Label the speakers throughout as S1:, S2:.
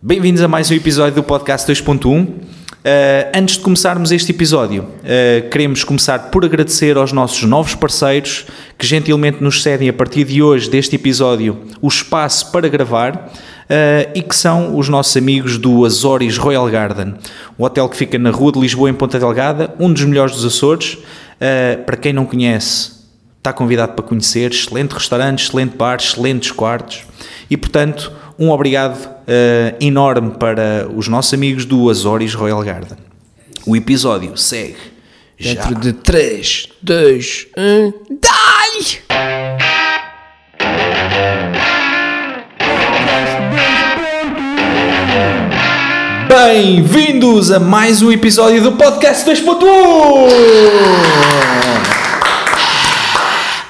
S1: Bem-vindos a mais um episódio do Podcast 2.1. Uh, antes de começarmos este episódio, uh, queremos começar por agradecer aos nossos novos parceiros que gentilmente nos cedem a partir de hoje, deste episódio, o espaço para gravar uh, e que são os nossos amigos do Azores Royal Garden, um hotel que fica na Rua de Lisboa, em Ponta Delgada, um dos melhores dos Açores. Eh, para quem não conhece, está convidado para conhecer. Excelente restaurante, excelente bar, excelentes quartos. E portanto, um obrigado uh, enorme para os nossos amigos do Azores Royal Garden. O episódio segue já.
S2: Dentro de 3, 2, 1. Dai!
S1: Bem-vindos a mais um episódio do Podcast 2.1!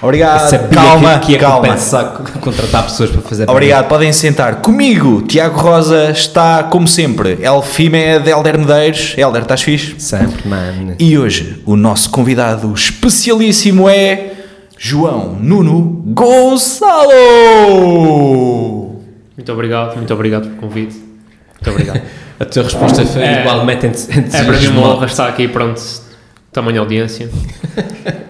S1: Obrigado.
S3: Sabia
S1: calma,
S3: que, que ia
S1: calma.
S3: compensar co- contratar pessoas para fazer
S1: Obrigado, podem sentar. Comigo, Tiago Rosa está, como sempre, Elfimed Helder Medeiros. Helder, estás fixe?
S3: Sempre, mano.
S1: E hoje, o nosso convidado especialíssimo é João Nuno Gonçalo.
S4: Muito obrigado, muito obrigado pelo convite. Muito obrigado.
S3: A tua resposta foi
S4: É-
S3: igualmente entes-
S4: é para mim uma honra
S3: entusiasmada.
S4: estar aqui, pronto, tamanho audiência.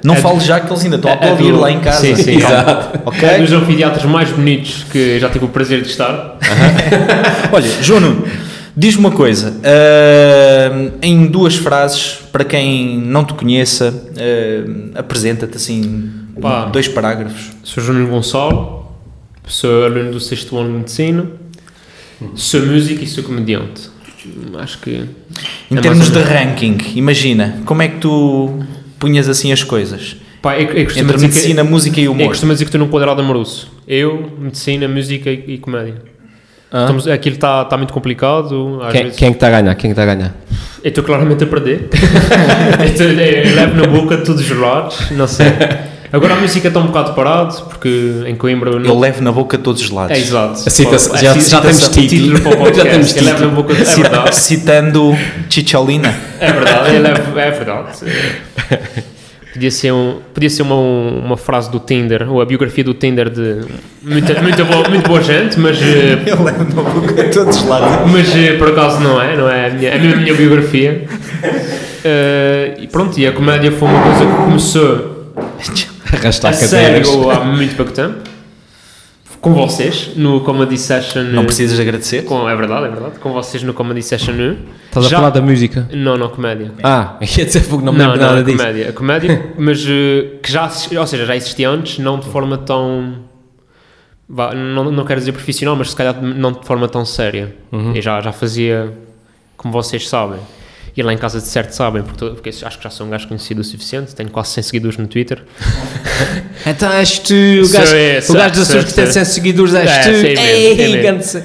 S1: Não
S4: É
S1: falo
S4: do-
S1: já que eles ainda estão a
S4: é- é
S1: aplaudir
S4: do-
S1: lá em casa.
S4: Sim, sim,
S3: Exato.
S1: Ok?
S4: É dos anfiteatros mais bonitos que já tive o prazer de estar.
S1: Olha, João Nuno, diz-me uma coisa. ah, em duas frases, para quem não te conheça, ah, apresenta-te assim,
S4: Pá.
S1: dois parágrafos.
S4: Sou Júnior Gonçalo, sou aluno do sexto ano de medicina, sou músico e sou comediante. Acho que.
S1: Em
S4: é
S1: termos
S4: mais ou
S1: de
S4: menos.
S1: ranking, imagina, como é que tu punhas assim as coisas?
S4: Pá, eu, eu costumo
S1: Entre
S4: dizer
S1: É medicina, música e
S4: é que, eu
S1: humor.
S4: costumo dizer que estou num quadrado amoroso. Eu, medicina, música e, e comédia. Estamos, aquilo está está muito complicado. Às
S3: Quem,
S4: vezes...
S3: quem é que está a ganhar? Quem é que está a ganhar?
S4: Eu estou claramente a perder. eu, eu levo na boca todos os lados, não sei. Agora a música está um bocado parado, porque em Coimbra eu
S1: Eu
S4: não.
S1: levo na boca todos os lados.
S4: É exato.
S3: A citação-
S4: Pô,
S3: já-
S4: a
S3: já
S4: citação-
S3: temos
S4: o
S3: título.
S4: para o podcast.
S3: Já temos
S4: Eu levo na
S3: título.
S4: boca. É verdade.
S1: Citando Chicholina.
S4: É verdade. eu levo- é verdade. Podia ser, um, podia ser uma, uma frase do Tinder, ou a biografia do Tinder de muita, muita boa, muito boa gente, mas, eh,
S1: Eu levo na boca todos os lados.
S4: mas eh, por acaso não é, não é a minha, é mesmo a minha biografia. Eh, e pronto, e a comédia foi uma coisa que começou
S3: Arrastar
S4: a
S3: cadeiras.
S4: É sério há muito pouco tempo com vocês no Comedy Session
S1: Não precisas agradecer.
S4: com, é verdade, é verdade com vocês no Comedy Session 1
S3: Estás a falar da música?
S4: não, não, comédia
S3: Ah, ia dizer fogo, não me
S4: não,
S3: lembro
S4: não,
S3: nada
S4: a
S3: disso.
S4: comédia, a comédia mas eh, que já assisti- ou seja, já existia antes não de forma tão vá, não, não quero dizer profissional mas se calhar não de forma tão séria
S3: Uhum.
S4: eu já, já fazia como vocês sabem e lá em casa de certo sabem porque, to- porque acho que já sou um gajo conhecido o suficiente tenho quase 100 seguidores no Twitter
S3: Então és tu, o gajo,
S4: Sou eu,
S3: o
S4: sou-
S3: gajo dos
S4: sou-
S3: Açores que tem
S4: sou-
S3: 100 seguidores, és
S4: É,
S3: tu.
S4: sei mesmo, sei
S3: Ei,
S4: mesmo.
S3: grande-
S4: Uh,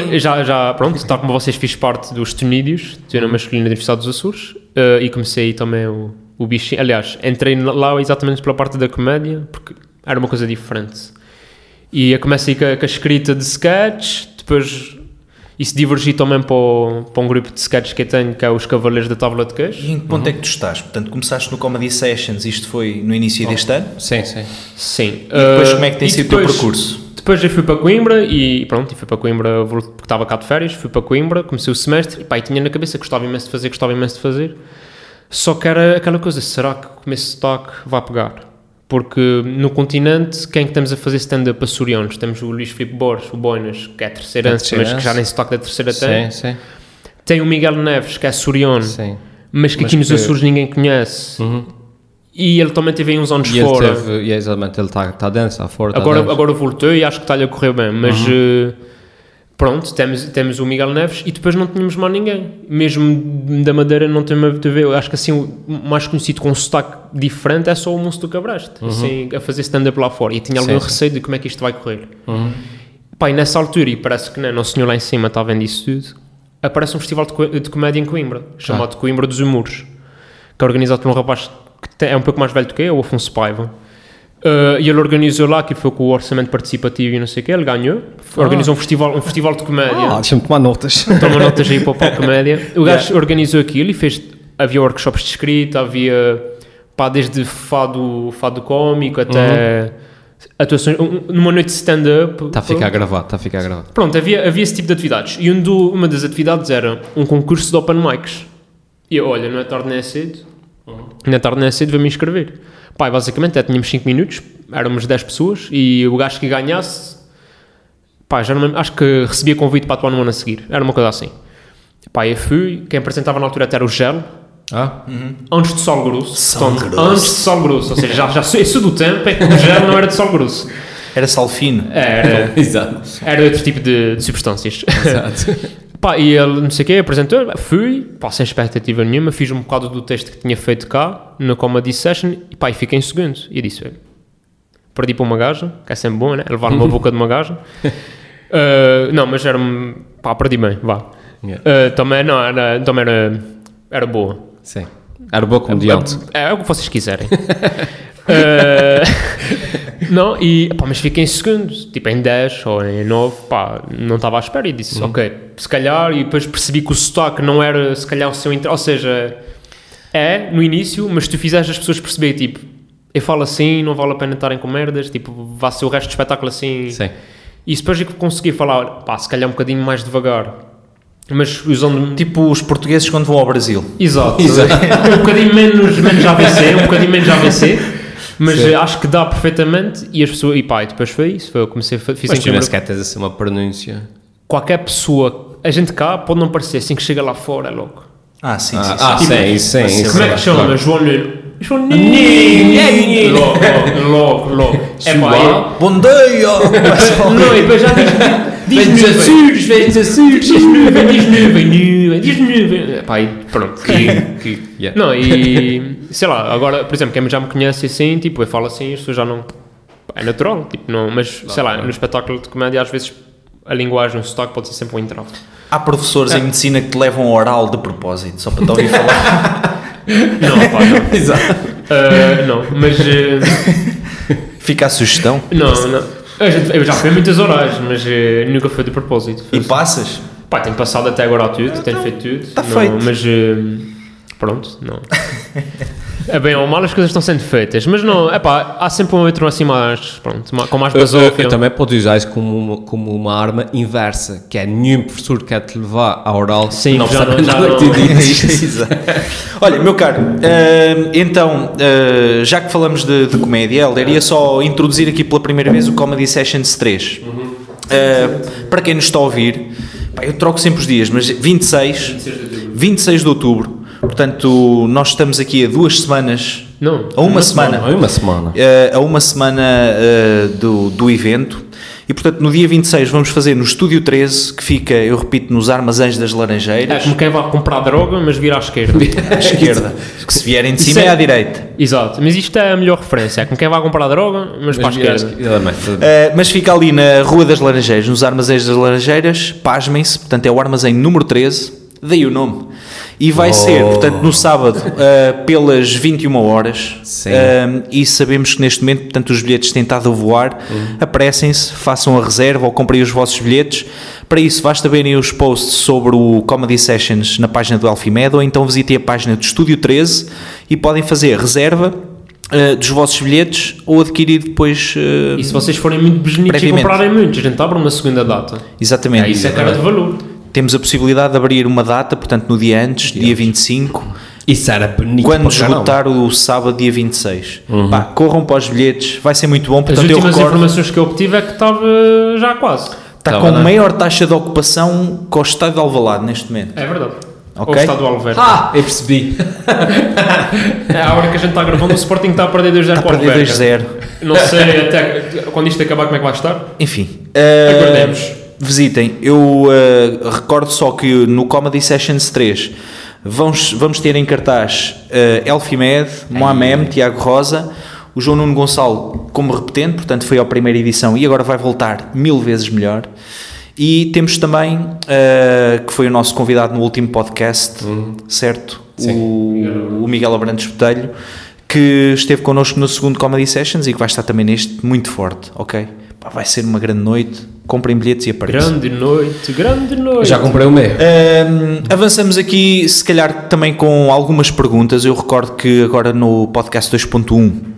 S3: Ei.
S4: não, já, já, pronto, tal como vocês fiz parte dos Tunídeos, Tunídeo Masculino da Universidade dos Açores, uh, e comecei também o, o bichinho. Aliás, entrei lá exatamente pela parte da comédia, porque era uma coisa diferente. E eu comecei com a, com a escrita de sketch, depois isso divergi também para, o- para um grupo de sketches que eu tenho, que é os Cavaleiros da Tábua de Queijo.
S1: E em que ponto é que tu estás? Portanto, começaste no Comedy Sessions, isto foi no início deste ano.
S3: Sim, sim.
S4: Sim.
S1: E depois
S4: uh,
S1: como é que tem
S4: e
S1: sido o teu
S4: depois-
S1: percurso?
S4: Depois eu fui para Coimbra e pronto, e fui para Coimbra vol- porque estava cá de férias, fui para Coimbra, comecei o semestre e pá, e tinha na cabeça, que gostava imenso de fazer, gostava imenso de fazer. Só que era aquela coisa, será que como esse sotaque vai pegar? Porque no continente, quem é que temos a fazer stand-up açorianos? Temos o Luís Filipe Borges, o Boinas, que é terceirense, mas que
S3: Terceirense.
S4: já nem sotaque da terceira
S3: Sim,
S4: tem.
S3: sim.
S4: Tem o Miguel Neves, que é açoriano,
S3: sim.
S4: mas que
S3: Mas
S4: aqui nos
S3: que- Uhum.
S4: Açores ninguém conhece. E ele também teve aí uns anos
S3: E ele
S4: fora.
S3: teve, e é exatamente, ele está tá a dançar forte.
S4: Agora,
S3: a dança.
S4: agora voltou e acho que está-lhe a correr bem, mas
S3: Uhum.
S4: eh, pronto, temos, temos o Miguel Neves e depois não tínhamos mais ninguém. Mesmo da Madeira não tem mais TV. Eu acho que assim, o mais conhecido com um sotaque diferente é só o Monstro do Cabraste, assim, a fazer stand-up lá fora. E tinha algum
S3: Uhum. Sim, Uhum. sim.
S4: receio de como é que isto vai correr. Pá, e nessa altura, e parece que né, não, não, o senhor lá em cima estava vendo isso tudo, aparece um festival de, co- de comédia em Coimbra,
S3: Tá.
S4: chamado Coimbra dos Humores, que é organizado por um rapaz que tem- é um pouco mais velho do que eu, o Afonso Paiva. Eh, e ele organizou lá, que foi com o orçamento participativo e não sei o quê, ele ganhou. Organizou um festival, um festival de comédia
S3: Ah, deixa-me tomar notas.
S4: toma notas aí para o Palco Média. O gajo organizou aquilo e fez. Havia workshops de escrita, havia. pá, desde fado, fado cómico até. atuações, um- numa noite de stand-up.
S3: Está Uhum. Tá a ficar gravado, está a ficar gravado.
S4: Pronto, havia, havia esse tipo de atividades. E um do- uma das atividades era um concurso de open mics. E eu, olha, não é tarde nem é cedo. Não é tarde nem é cedo, vou-me inscrever. Pai, basicamente, é, tínhamos 5 minutos, éramos 10 pessoas e o gajo que ganhasse. Pá, já não me lembro, acho que recebia convite para atuar no ano a seguir. Era uma coisa assim. Pá, eu fui. Quem apresentava na altura até era o Gelo.
S3: Ah?
S4: Antes de Sol Grosso. Portanto, Antes de Sol Grosso. Ou seja, já, já sou, eu sou do tempo em que o Gelo não era de Sol Grosso.
S1: Era salfino.
S4: É. Era,
S3: Exato.
S4: era outro tipo de, de substâncias. Pá, e ele, não sei o quê, apresentou, fui, pá, sem expectativa nenhuma, fiz um bocado do texto que tinha feito cá, na Comedy Session, e pá, e fiquei em segundo. E eu disse, olha, perdi para uma gaja, que é sempre bom, né? Levar numa boca de uma gaja. Ah, não, mas era, um- pá, perdi bem, vá.
S3: Yeah.
S4: Ah, também, não, era, também era, era boa.
S3: Sim. Era bom comediante.
S4: É, é o que vocês quiserem. Eh, não, e pá, mas fiquei em segundo, tipo em 10 ou em 9, pá, não estava à espera e disse, ok, se calhar, e depois percebi que o sotaque não era se calhar o seu inter... ou seja, é no início, mas se tu fizeres as pessoas perceber, tipo, eu falo assim, não vale a pena estarem com merdas, tipo, vá ser o resto do espetáculo assim.
S3: Sim.
S4: E se depois eu consegui falar, pá, se calhar um bocadinho mais devagar, mas usando
S1: Tipo os portugueses quando vão ao Brasil.
S4: Exato. um bocadinho menos, menos AVC, um bocadinho menos AVC, mas eh, acho que dá perfeitamente e as pessoas, e pá, e depois foi isso, foi eu comecei, a fa- fiz
S3: Mas
S4: em
S3: tu nem
S4: câmara.
S3: sequer tens assim uma pronúncia.
S4: Qualquer pessoa, a gente cá pode não parecer, assim que chega lá fora é louco.
S1: Ah, sim, sim.
S3: Ah, ah,
S1: sim.
S3: sim, sim, sim.
S4: Como é que chama?
S3: Claro.
S4: João Nuno. João Nuno. Logo, logo, logo. É pá,
S1: Bom dia!
S4: é- não, e depois já diz, diz nuvem.
S3: vens Açores!
S4: Diz nuvem, diz nuvem, nuvem, diz nuvem. É, Pá, e pronto. E-
S3: Yeah.
S4: Não, e sei lá, agora, por exemplo, quem já me conhece assim, tipo, eu falo assim, as pessoas já não. É natural, tipo, não, mas sei lá, no espetáculo de comédia, às vezes a linguagem, o sotaque pode ser sempre um entrave.
S1: Há professores em medicina que te levam oral de propósito, só para te ouvir falar.
S4: Não, pá, não.
S3: Exato.
S4: Ah, não, mas. ah,
S1: Fica a sugestão.
S4: não, não. Eu já- Eu já fui a muitas horas, mas ah, nunca foi de propósito.
S1: E passas?
S4: Pá, tenho passado até agora a tudo, tenho feito tudo.
S1: tá
S4: não,
S1: feito.
S4: Mas hum, pronto, não. É bem ou mal as coisas estão sendo feitas, mas não, é pá, há sempre um outro assim mais, pronto, ma- com mais
S3: Eu, eu-
S4: basófia.
S3: eu também posso usar isso como uma, como uma arma inversa, que é nenhum professor quer te levar à oral
S4: Sim, já
S3: sabe
S4: não- já
S3: nada
S4: não-
S3: que te diz.
S1: Exato. Olha, meu caro, eh, então, eh, já que falamos de, de comédia, Helder, ia só introduzir aqui pela primeira vez o Comedy Sessions 3. Eh, para quem nos está a ouvir, pá, eu troco sempre os dias, mas 26, 26 de outubro, portanto, nós estamos aqui a duas semanas,
S4: Não,
S1: a uma, semana.
S3: Não é uma semana.
S1: eh, a uma semana eh, do, do evento. E portanto, no dia 26 vamos fazer no Estúdio 13, que fica, eu repito, nos Armazéns das
S4: É
S1: Laranjeiras,
S4: como quem vai comprar droga, mas vira à esquerda.
S1: à esquerda. que se vierem de
S4: Isso
S1: cima é
S4: é-
S1: à direita.
S4: Exato, mas isto é a melhor referência. É como quem vai comprar droga, mas para a esquerda.
S3: é Exatamente.
S1: Eh, mas fica ali na Rua das Laranjeiras, nos Armazéns das Laranjeiras, pasmem-se, portanto é o armazém número 13, daí o nome. E vai ser, portanto, no sábado, eh, pelas 21 horas.
S3: Sim.
S1: Eh, e sabemos que neste momento, portanto, os bilhetes têm estado a voar. Apressem-se, façam a reserva ou comprem os vossos bilhetes. Para isso, basta verem os posts sobre o Comedy Sessions na página do Alfimed ou então visitem a página do Estúdio 13 e podem fazer reserva. eh, dos vossos bilhetes ou adquirir depois eh,
S4: E se vocês forem muito besnitos e
S1: Previamente.
S4: comprarem muito, a gente abre uma segunda data.
S1: Exatamente.
S4: É, isso é cara de valor.
S1: Temos a possibilidade de abrir uma data, portanto, no dia antes, dia 25,
S3: Isso era bonito.
S1: quando
S3: para caramba.
S1: esgotar o sábado, dia 26. Pá, corram para os bilhetes, vai ser muito bom.
S4: As
S1: Portanto, eu
S4: últimas
S1: recordo,
S4: informações que eu obtive é que estava já quase.
S1: está
S3: Tá
S1: com
S3: bem.
S1: maior taxa de ocupação que o estádio de Alvalade neste momento.
S4: É verdade.
S1: Ok.
S4: Ou está do Alverde.
S3: Ah, eu percebi.
S4: É a hora que a gente está gravando, o Sporting está a perder 2-0
S1: Está Tá a
S4: com o Alverca.
S1: perder 2-0.
S4: Não sei até quando isto acabar como é que vai estar.
S1: Enfim, eh,
S4: Aguardemos.
S1: visitem. Eu eh, recordo só que no Comedy Sessions 3 vamos, vamos ter em cartaz eh, Elfimed, Mohamed, Tiago Rosa, o João Nuno Gonçalo como repetente, portanto foi à primeira edição e agora vai voltar mil vezes melhor. E temos também, eh, que foi o nosso convidado no último podcast, certo? O, o Miguel Abrantes Botelho, que esteve connosco no segundo Comedy Sessions e que vai estar também neste muito forte, ok? Pá, vai ser uma grande noite. Comprem bilhetes e apareçam.
S4: Grande noite, grande noite.
S3: Já comprei o
S1: É,
S3: meu.
S1: Ahm, Ehm, avançamos aqui, se calhar também com algumas perguntas. Eu recordo que agora no podcast 2.1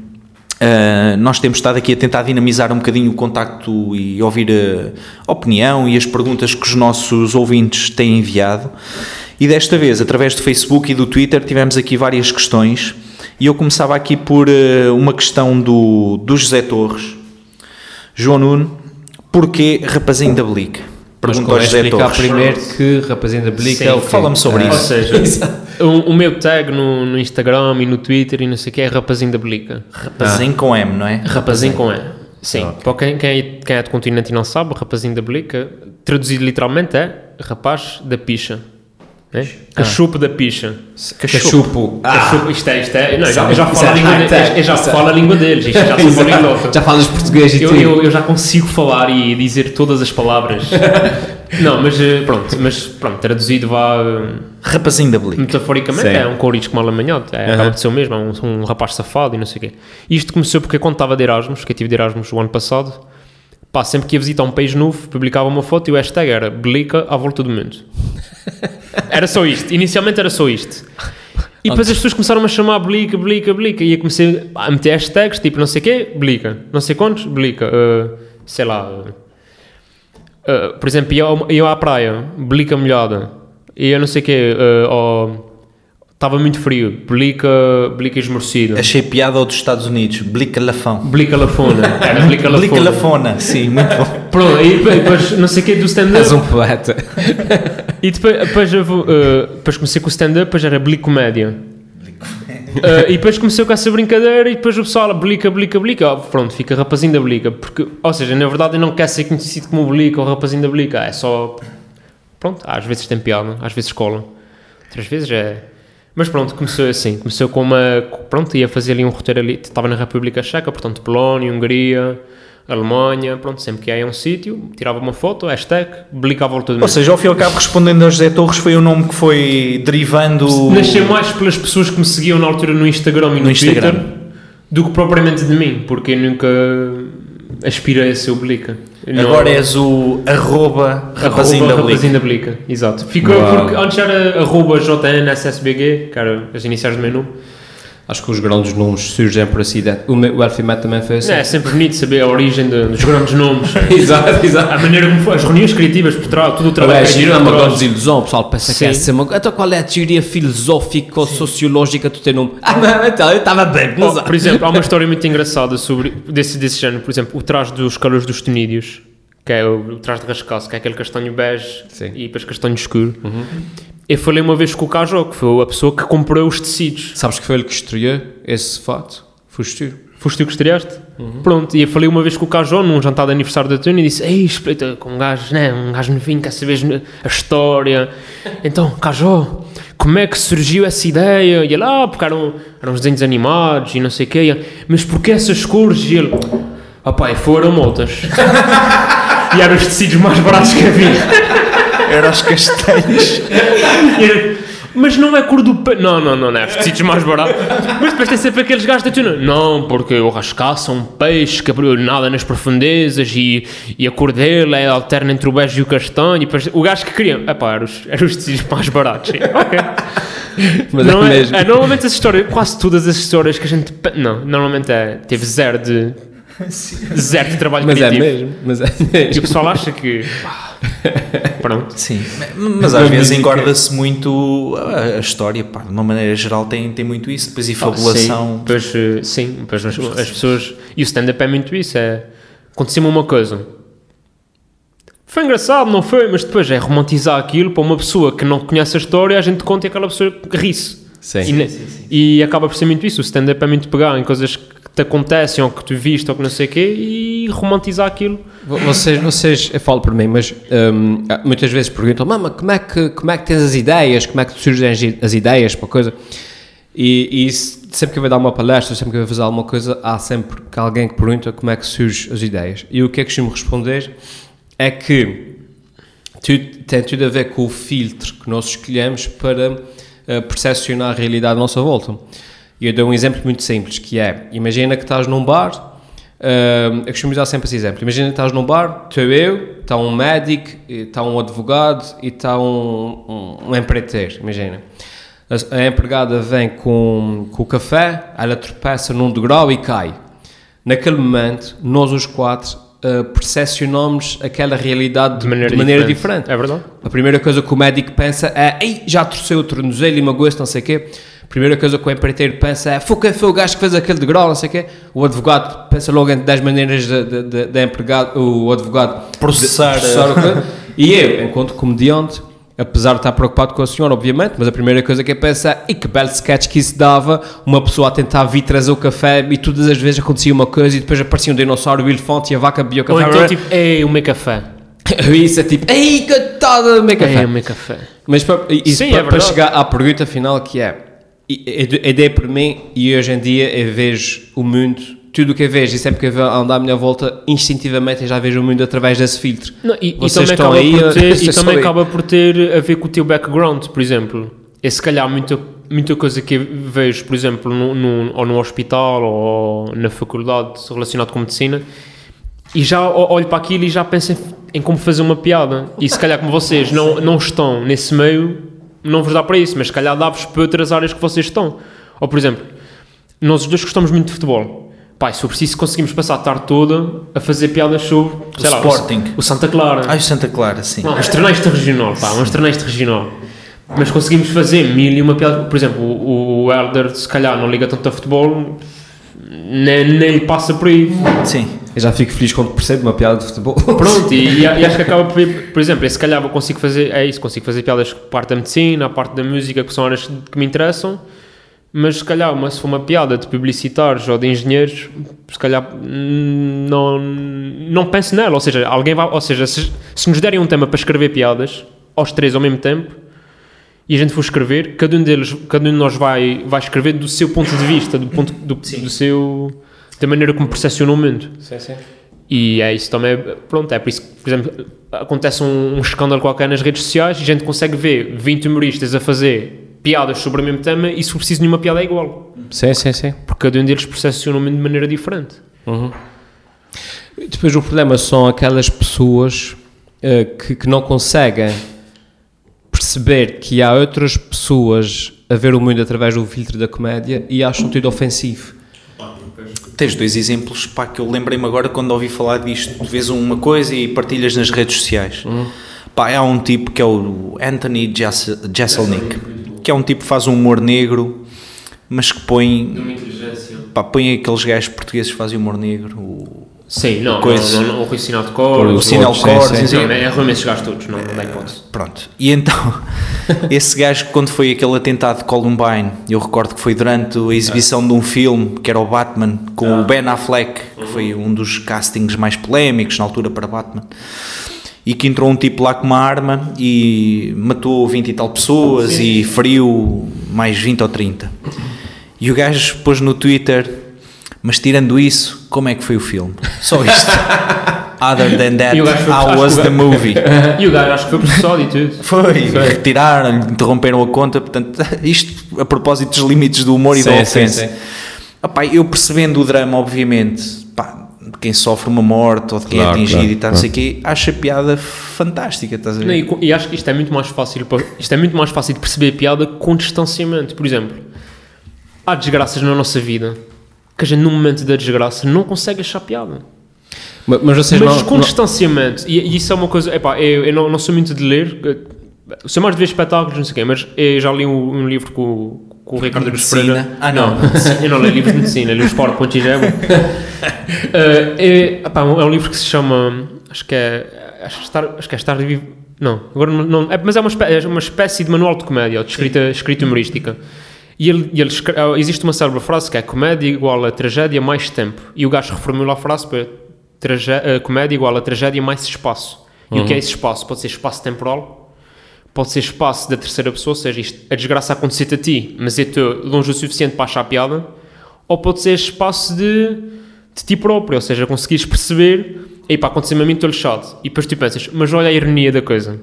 S1: Uh, um, nós temos estado aqui a tentar dinamizar um bocadinho o contacto e ouvir eh, a opinião e as perguntas que os nossos ouvintes têm enviado. E desta vez, através do Facebook e do Twitter, tivemos aqui várias questões. E eu começava aqui por uh, uma questão do, do José Torres. João Nuno, porquê rapazinho da Blic?
S3: Mas
S1: Perguntou
S3: convém
S1: José
S3: explicar
S1: Torres.
S3: primeiro que rapazinho da Blica
S4: Sim,
S3: é o quê?
S1: fala-me sobre
S3: Ah,
S4: Ou
S1: isso.
S4: seja, o, o meu tag no, no Instagram e no Twitter e não sei o que é rapazinho da Blica.
S1: Rapazinho com M, não é?
S4: Rapazinho com E. Sim, para quem, quem, é- quem é do continente e não sabe, rapazinho da Blica, traduzido literalmente é rapaz da picha. Né?
S1: Ah.
S4: Cachupo da picha.
S3: Cachupo.
S4: Cachupo, isto é, isto é. Não, eu já, eu já
S3: Ah. Isso é
S4: falo a língua
S3: high
S4: deles.
S3: tech.
S4: Eu já
S3: Isso é-
S4: falo a língua deles. Isto já sou poliglota.
S3: Já falas português e
S4: Eu,
S3: tudo.
S4: eu, eu já consigo falar e dizer todas as palavras. não, mas eh, pronto, mas pronto, traduzido vá eh,
S1: Rapazinho da Blic.
S4: metaforicamente
S3: Sim.
S4: é um corisco mal amanhado, é, acaba
S3: Aham.
S4: de ser o mesmo, é um, um rapaz safado e não sei o quê. Isto começou porque quando estava de Erasmus, que eu tive de Erasmus o ano passado, pá, sempre que ia visitar um país novo, publicava uma foto e o hashtag era Blica à volta do mundo. Era só isto, inicialmente era só isto. E depois as pessoas começaram a chamar Blica, Blica, Blica. E eu comecei a meter hashtags tipo não sei o quê, Blica. Não sei quantos, Blica. eh, sei lá. eh, eh, por exemplo, ia, ao- ia à praia, Blica molhada. E eu não sei o quê. Estava muito frio, Blica, blica esmorecida.
S1: Achei piada ao dos Estados Unidos. Blica Lafão.
S4: Blica lafona. Era Blica
S1: Blica
S4: lafona.
S1: Lafona. Sim, muito bom.
S4: Pronto, e depois não sei o quê do stand-up.
S3: És um poeta.
S4: E depois, depois, eu vou, eh, depois comecei com o stand-up, depois era blicomédia. Eh, e depois começou com essa brincadeira e depois o pessoal blica, blica, blica. Ah, pronto, fica rapazinho da blica. Porque, ou seja, na verdade eu não quero ser conhecido como blica ou rapazinho da blica. É só. Pronto, às vezes tem piada, às vezes cola. Outras vezes é. Mas pronto, começou assim. Começou com uma. Pronto, ia fazer ali um roteiro ali. Estava na República Checa, portanto, Polónia, Hungria, Alemanha. Pronto, sempre que ia a um sítio, tirava uma foto, hashtag, blica à volta do
S1: Ou
S4: mundo.
S1: seja, ao fim e ao cabo, respondendo ao José Torres, foi o nome que foi derivando...
S4: Nasceu mais pelas pessoas que me seguiam na altura no Instagram e no,
S1: No Instagram.
S4: Twitter do que propriamente de mim, porque eu nunca aspirei a ser oblica.
S1: Agora és o arroba rapazinho da Blic.
S4: rapazinho da Blica. Exato. Ficou
S3: Uau.
S4: porque antes era arroba JNSSBG, que era as iniciais do meu nome.
S3: Acho que os grandes nomes surgem por acidente. O, meu, o Alfimet também foi assim.
S4: É sempre bonito saber a origem de- dos grandes nomes.
S3: exato, exato.
S4: A maneira como foi, as reuniões criativas por trás, tudo o trabalho
S3: Olha,
S4: criativo
S3: giro é uma
S4: por trás.
S3: grande ilusão, o pessoal pensa que
S4: Sim.
S3: é assim, uma... Então qual é a teoria filosófica ou sociológica do teu nome? Ah, não, então, eu estava bem,
S4: Oh,
S3: mas...
S4: por exemplo, há uma história muito engraçada sobre desse, desse género. Por exemplo, o traje dos calores dos tunídeos, que é o, o traje de rascaço, que é aquele castanho bege
S3: Sim.
S4: e depois castanho escuro. Eu falei uma vez com o Cajó, que foi a pessoa que comprou os tecidos.
S3: Sabes que foi ele que estreou esse fato? Foste tu.
S4: Foste tu que estreaste? Pronto, e eu falei uma vez com o Cajó num jantar de aniversário da Tuna e disse: Ei, espreita com um gajo, né? Um gajo novinho, quer saber a história. Então, Cajó, como é que surgiu essa ideia? E ele, ah, porque eram, eram uns desenhos animados e não sei o quê. E ele, Mas porquê essas cores? E ele, ah pá, foram multas. e eram os tecidos mais baratos que havia.
S1: Era os castanhos.
S4: E ele, mas não é cor do pano. Não, não, não, não é. Os tecidos mais baratos. Mas depois tem sempre aqueles gajos da tuna. Não, porque o rascaço é um peixe que nada nas profundezas e, e a cor dele é alterna entre o beijo e o castanho. E depois, o gajo que queria. É pá, eram os, eram os tecidos mais baratos. Sim, ok.
S3: Mas
S4: não
S3: é mesmo.
S4: normalmente essa história, quase todas as histórias que a gente. pe- Não, normalmente é. Teve zero de. Zero de trabalho
S3: Mas é
S4: criativo.
S3: mesmo, mas é
S4: E o
S3: mesmo.
S4: pessoal acha que. pá, Pronto.
S1: Sim, mas às vezes engorda-se muito a, a história, pá, de uma maneira geral tem, tem muito isso, depois e
S4: Sim,
S1: fabulação.
S4: pois, eh, sim, pois as, as pessoas. E o stand-up é muito isso: é. Aconteceu-me uma coisa. Foi engraçado, não foi? Mas depois é romantizar aquilo para uma pessoa que não conhece a história, a gente conta e aquela pessoa ri-se.
S3: Sim.
S4: E, ne- e acaba por ser muito isso: o stand-up é muito pegar em coisas que te acontecem ou que tu viste ou que não sei o quê e romantizar aquilo.
S3: Vo- Vocês, vocês, eu falo por mim, mas hum, há- muitas vezes perguntam, mama, como é, que, como é que tens as ideias, como é que te surgem as, i- as ideias para a coisa? E, e se- sempre que eu vou dar uma palestra, sempre que eu vou fazer alguma coisa, há sempre que alguém que pergunta como é que surgem as ideias. E o que é que costumo responder é que tu- tem tudo a ver com o filtro que nós escolhemos para eh, percepcionar a realidade à nossa volta. E eu dou um exemplo muito simples, que é, imagina que estás num bar, eh, eu costumo usar sempre esse exemplo, imagina que estás num bar, estou eu, está um médico, e está um advogado e está um, um, um empreiteiro, imagina. A, a empregada vem com, com o café, ela tropeça num degrau e cai. naquele momento, nós os quatro eh, percepcionamos aquela realidade
S4: De maneira diferente.
S3: diferente.
S4: É verdade.
S3: A primeira coisa que o médico pensa é Ei, já torceu o tornozelo e magoou-se, não sei o quê. A primeira coisa que o empreiteiro pensa é Foca foi o gajo que fez aquele degrau, não sei o quê. O advogado pensa logo em 10 maneiras de, de, de- de empregado, o advogado
S1: Processar, eh,
S3: de- processar o coisa. E eu, enquanto comediante, apesar de estar preocupado com a senhora, obviamente, mas a primeira coisa que eu penso é e que belo sketch que isso dava, uma pessoa a tentar vir trazer o café e todas as vezes acontecia uma coisa e depois aparecia um dinossauro, o elefante e a vaca bebia o
S4: Ou
S3: café.
S4: então, tipo, ei, o meu café.
S3: isso é tipo, ei, coitada do meu café.
S4: Ei, o meu café.
S3: Mas para, e-
S4: É, Sim,
S3: e para-
S4: é
S3: para
S4: verdade.
S3: chegar à pergunta final que é e- e- a ideia para mim e hoje em dia eu vejo o mundo tudo o que eu vejo e sempre que eu vou andar à minha volta instintivamente eu já vejo o mundo através desse filtro
S4: Não, e, e
S3: Vocês
S4: também,
S3: estão
S4: acaba,
S3: aí,
S4: por
S3: eu-
S4: ter, e
S3: vocês
S4: também
S3: estão aí.
S4: acaba por ter a ver com o teu background, por exemplo. É se calhar muita, muita coisa que eu vejo, por exemplo, no, no- ou no hospital ou na faculdade relacionado com medicina, e já o- olho para aquilo e já penso em, em como fazer uma piada. E se calhar como vocês não, não estão nesse meio, não vos dá para isso, mas se calhar dá-vos para outras áreas que vocês estão. Ou por exemplo, nós os dois gostamos muito de futebol. Pai, se eu preciso, conseguimos passar a tarde toda a fazer piadas sobre,
S1: O
S4: sei lá,
S1: Sporting.
S4: o, o Santa Clara.
S1: Ai, o Santa Clara, sim.
S4: Não, os torneios de regional, pá, uns torneios de regional. Mas conseguimos fazer mil e uma piada. Por exemplo, o, o Elder, se calhar, não liga tanto a futebol, nem, nem lhe passa por aí.
S1: Sim.
S3: eu já fico feliz quando percebo uma piada de futebol
S4: Pronto, e, e acho que acaba por, por exemplo, eu se calhar eu consigo fazer, é isso, consigo fazer piadas com parte da medicina, a parte da música, que são áreas que me interessam, mas se calhar uma, se for uma piada de publicitários ou de engenheiros, se calhar hum, não, não penso nela, ou seja, alguém vai, ou seja, se, se nos derem um tema para escrever piadas, aos três ao mesmo tempo, e a gente for escrever, cada um deles, cada um de nós vai, vai escrever do seu ponto de vista, do ponto do, do seu da maneira como percepciona o mundo. E é isso também, pronto, é por isso que, por exemplo, acontece um, um escândalo qualquer nas redes sociais e a gente consegue ver 20 humoristas a fazer piadas sobre o mesmo tema e se for preciso nenhuma piada é igual,
S3: sim, sim, sim
S4: porque cada um deles percepciona o mundo de maneira diferente.
S3: Depois o problema são aquelas pessoas eh, que, que não conseguem perceber que há outras pessoas a ver o mundo através do filtro da comédia e acham tudo ofensivo.
S1: Tens dois exemplos pá, que eu lembrei-me agora quando ouvi falar disto. Vês uma coisa e partilhas nas redes sociais. Pá, há um tipo que é o Anthony Jess- Jeselnik, que é um tipo que faz um humor negro, mas que põe, pá, põe aqueles gajos portugueses que fazem humor negro. O,
S4: Sim, não,
S1: Coisa-
S4: não, não, não, o Rui Sinal de Cor,
S1: o
S4: o
S3: sim,
S1: Sinal
S3: sim,
S1: Cortes,
S3: sim.
S1: assim,
S4: Não, é ruim esses gajos todos, não, não dá hipótese.
S1: Pronto. E então, esse gajo, quando foi aquele atentado de Columbine, eu recordo que foi durante a exibição de um filme que era o Batman, com
S4: Ah.
S1: o Ben Affleck,
S4: Uhum.
S1: que foi um dos castings mais polémicos na altura para Batman. E que entrou um tipo lá com uma arma e matou 20 e tal pessoas e feriu mais 20 ou 30. E o gajo pôs no Twitter, mas tirando isso, como é que foi o filme? Só isto. Other than that,
S4: E o gajo foi- acho
S1: É how
S4: que
S1: was
S4: o
S1: the
S4: gajo-
S1: movie?
S4: E o gajo acho que foi processado e tudo.
S1: Foi. Retiraram, interromperam a conta, portanto, isto a propósito dos limites do humor e
S3: Sim,
S1: da
S3: sim,
S1: ofensa.
S3: sim.
S1: Ah, pá, eu percebendo o drama, obviamente, pá, de quem sofre uma morte ou de quem é
S3: Claro,
S1: atingido
S3: claro,
S1: e tal, não sei o quê, acho a piada fantástica, estás a ver?
S4: Não, e, co- e acho que isto é muito mais fácil pa- isto é muito mais fácil de perceber a piada com distanciamento por exemplo há desgraças na nossa vida que a gente no momento da desgraça não consegue achar piada
S3: Ma- Mas vocês
S4: mas
S3: não-
S4: com
S3: não,
S4: distanciamento e, e isso é uma coisa epá, eu, eu não, não sou muito de ler eh, sou mais de ver espetáculos não sei o quê mas eu já li um, um livro com, o- com o Ricardo Cruz
S1: Medicina?
S4: Pereira
S1: Ah, não.
S4: eu não leio livros de medicina li os PowerPoint e já é bom Eh, é, epá, é um livro que se chama acho que é acho que, estar, acho que é estar vivo não, agora não, não- é, mas é uma, espé- é uma espécie de manual de comédia ou de escrita, escrita humorística e ele, e ele escre- ah, existe uma célebre frase que é comédia igual a tragédia mais tempo e o gajo reformula a frase para tragé- eh, comédia igual a tragédia mais espaço e o que
S1: Uhum.
S4: é esse espaço? pode ser espaço temporal pode ser espaço da terceira pessoa, ou seja, isto, a desgraça aconteceu-te a ti, mas eu estou longe o suficiente para achar piada, ou pode ser espaço de, de ti próprio, ou seja, conseguires perceber, ei pá, aconteceu-me a mim, estou lixado, e depois tu pensas, mas olha a ironia da coisa.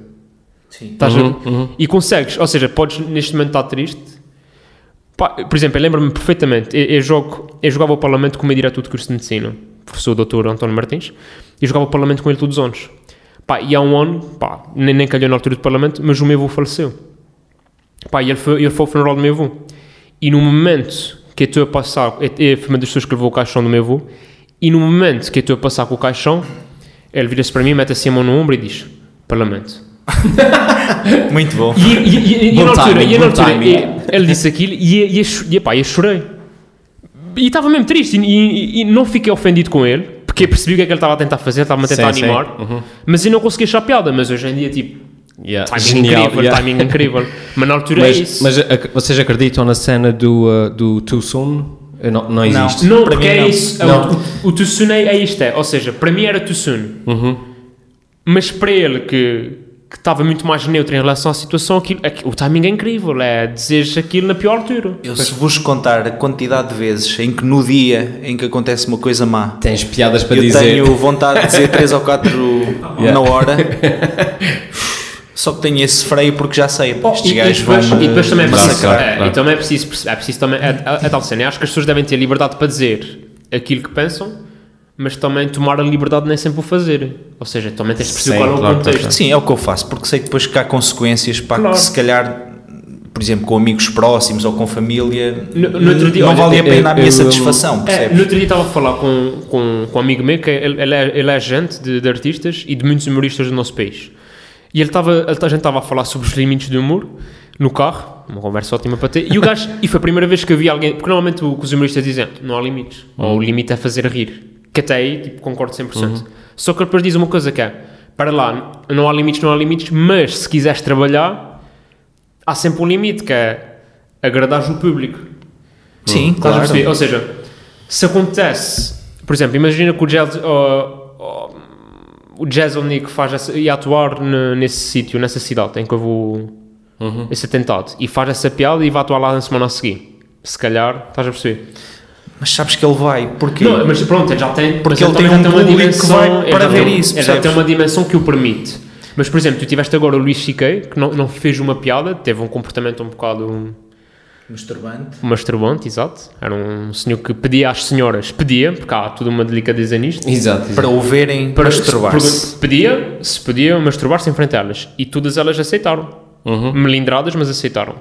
S4: Sim. Estás a-
S3: Uhum.
S4: E consegues, ou seja, podes neste momento estar triste, Pá, por exemplo, eu lembro-me perfeitamente, eu, eu jogo, eu jogava ao Parlamento com o meu diretor de curso de Medicina, o professor Dr. António Martins, e jogava ao Parlamento com ele todos os anos. Pá, e há um ano, pá, nem, nem calhou na altura do Parlamento, mas o meu avô faleceu. Pá, e ele foi, ele foi ao funeral do meu avô. E no momento que eu estou a passar, é, é foi uma das pessoas que levou o caixão do meu avô, E no momento que eu estou a passar com o caixão, ele vira-se para mim, mete assim a mão no ombro e diz: Parlamento.
S1: Muito bom.
S4: E, e, e, e
S3: Bom
S4: na altura,
S3: timing,
S4: e na
S3: bom
S4: altura
S3: timing.
S4: e- ele disse aquilo e, e, eu cho- e, epá, eu chorei. E estava mesmo triste e, e- e não fiquei ofendido com ele, porque percebi o que é que ele estava a tentar fazer, estava-me a tentar
S3: Sim, Uhum. sim.
S4: animar, mas eu não consegui achar piada. Mas hoje em dia, tipo,
S3: Yeah.
S4: timing incrível, timing incrível. Mas na altura é
S3: Mas,
S4: isso.
S3: mas eh, ac- vocês acreditam na cena do, uh, do Too Soon? Eh, Não, não existe.
S4: Não,
S1: Para
S4: porque
S1: mim,
S4: é
S1: não.
S4: isso. É
S3: Não.
S4: O, o too soon é, é isto, é. Ou seja, para mim era too soon.
S3: Uhum.
S4: Mas para ele, que que estava muito mais neutro em relação à situação, aquilo, aqui- o timing é incrível. É dizeres aquilo na pior altura.
S1: Eu se vos contar a quantidade de vezes em que no dia em que acontece uma coisa má,
S3: Tens piadas para
S1: eu
S3: dizer.
S1: tenho vontade de dizer 3 ou 4 na hora, só que tenho esse freio porque já sei, pá, estes
S4: E, e
S1: gajos
S4: depois,
S1: vão
S4: e depois também é preciso,
S1: massacrar.
S4: é, e também é preciso, perce- é preciso também, é, é- é tal cena. Eu Acho que as pessoas devem ter liberdade para dizer aquilo que pensam, mas também tomar a liberdade nem sempre o fazer. Ou seja, também tens de perceber
S3: Sim,
S4: qual é o
S3: claro,
S4: contexto.
S3: claro,
S1: Sim, é o que eu faço, porque sei que depois que há consequências para
S4: Claro.
S1: que se calhar, por exemplo, com amigos próximos ou com família,
S4: No- no outro dia,
S1: não
S4: olha,
S1: vale a
S3: eu-
S1: pena a minha
S3: eu-
S1: satisfação,
S4: É,
S1: percebes?
S4: no outro dia estava a falar com, com, com um amigo meu que ele, ele é, ele é agente de, de artistas e de muitos humoristas do nosso país. E ele estava, ele- a gente estava a falar sobre os limites do humor no carro, uma conversa ótima para ter. E o gajo, e foi a primeira vez que eu vi alguém, porque normalmente o que os humoristas dizem não há limites, ou o limite é fazer rir, que até aí tipo, concordo 100%. Só que ele depois diz uma coisa que é: para lá, não há limites, não há limites, mas se quiseres trabalhar, há sempre um limite que é agradares o público.
S1: Sim,
S4: Estás a
S1: claro.
S4: perceber? Ou seja, se acontece, por exemplo, imagina que o jazz, ó, ó, o jazz Nick faz essa, ia atuar ne- nesse sítio, nessa cidade em que houve o-
S1: Uhum.
S4: esse atentado e faz essa piada e vai atuar lá na semana a seguir. Se calhar, estás a perceber?
S1: Mas sabes que ele vai, porque
S4: Não, mas pronto, ele já tem,
S1: Porque
S4: mas
S1: ele tem
S4: também
S1: um
S4: já
S1: público que vai
S4: ele
S1: para
S4: já
S1: ver
S4: tem- um,
S1: isso,
S4: Ele já tem
S1: percebes?
S4: uma dimensão que o permite. Mas, por exemplo, tu tiveste agora o Luís Chiquei, que não, não fez uma piada, teve um comportamento um bocado
S1: masturbante.
S4: um masturbante, exato. Era um senhor que pedia às senhoras, pedia, porque há toda uma delicadeza nisto.
S3: Exato.
S1: Para
S3: exato.
S1: ouvirem
S4: Para-
S1: masturbar-se.
S4: se Pedia, se podia masturbar-se em frente a elas. E todas elas aceitaram.
S3: Uhum.
S4: Melindradas, mas aceitaram.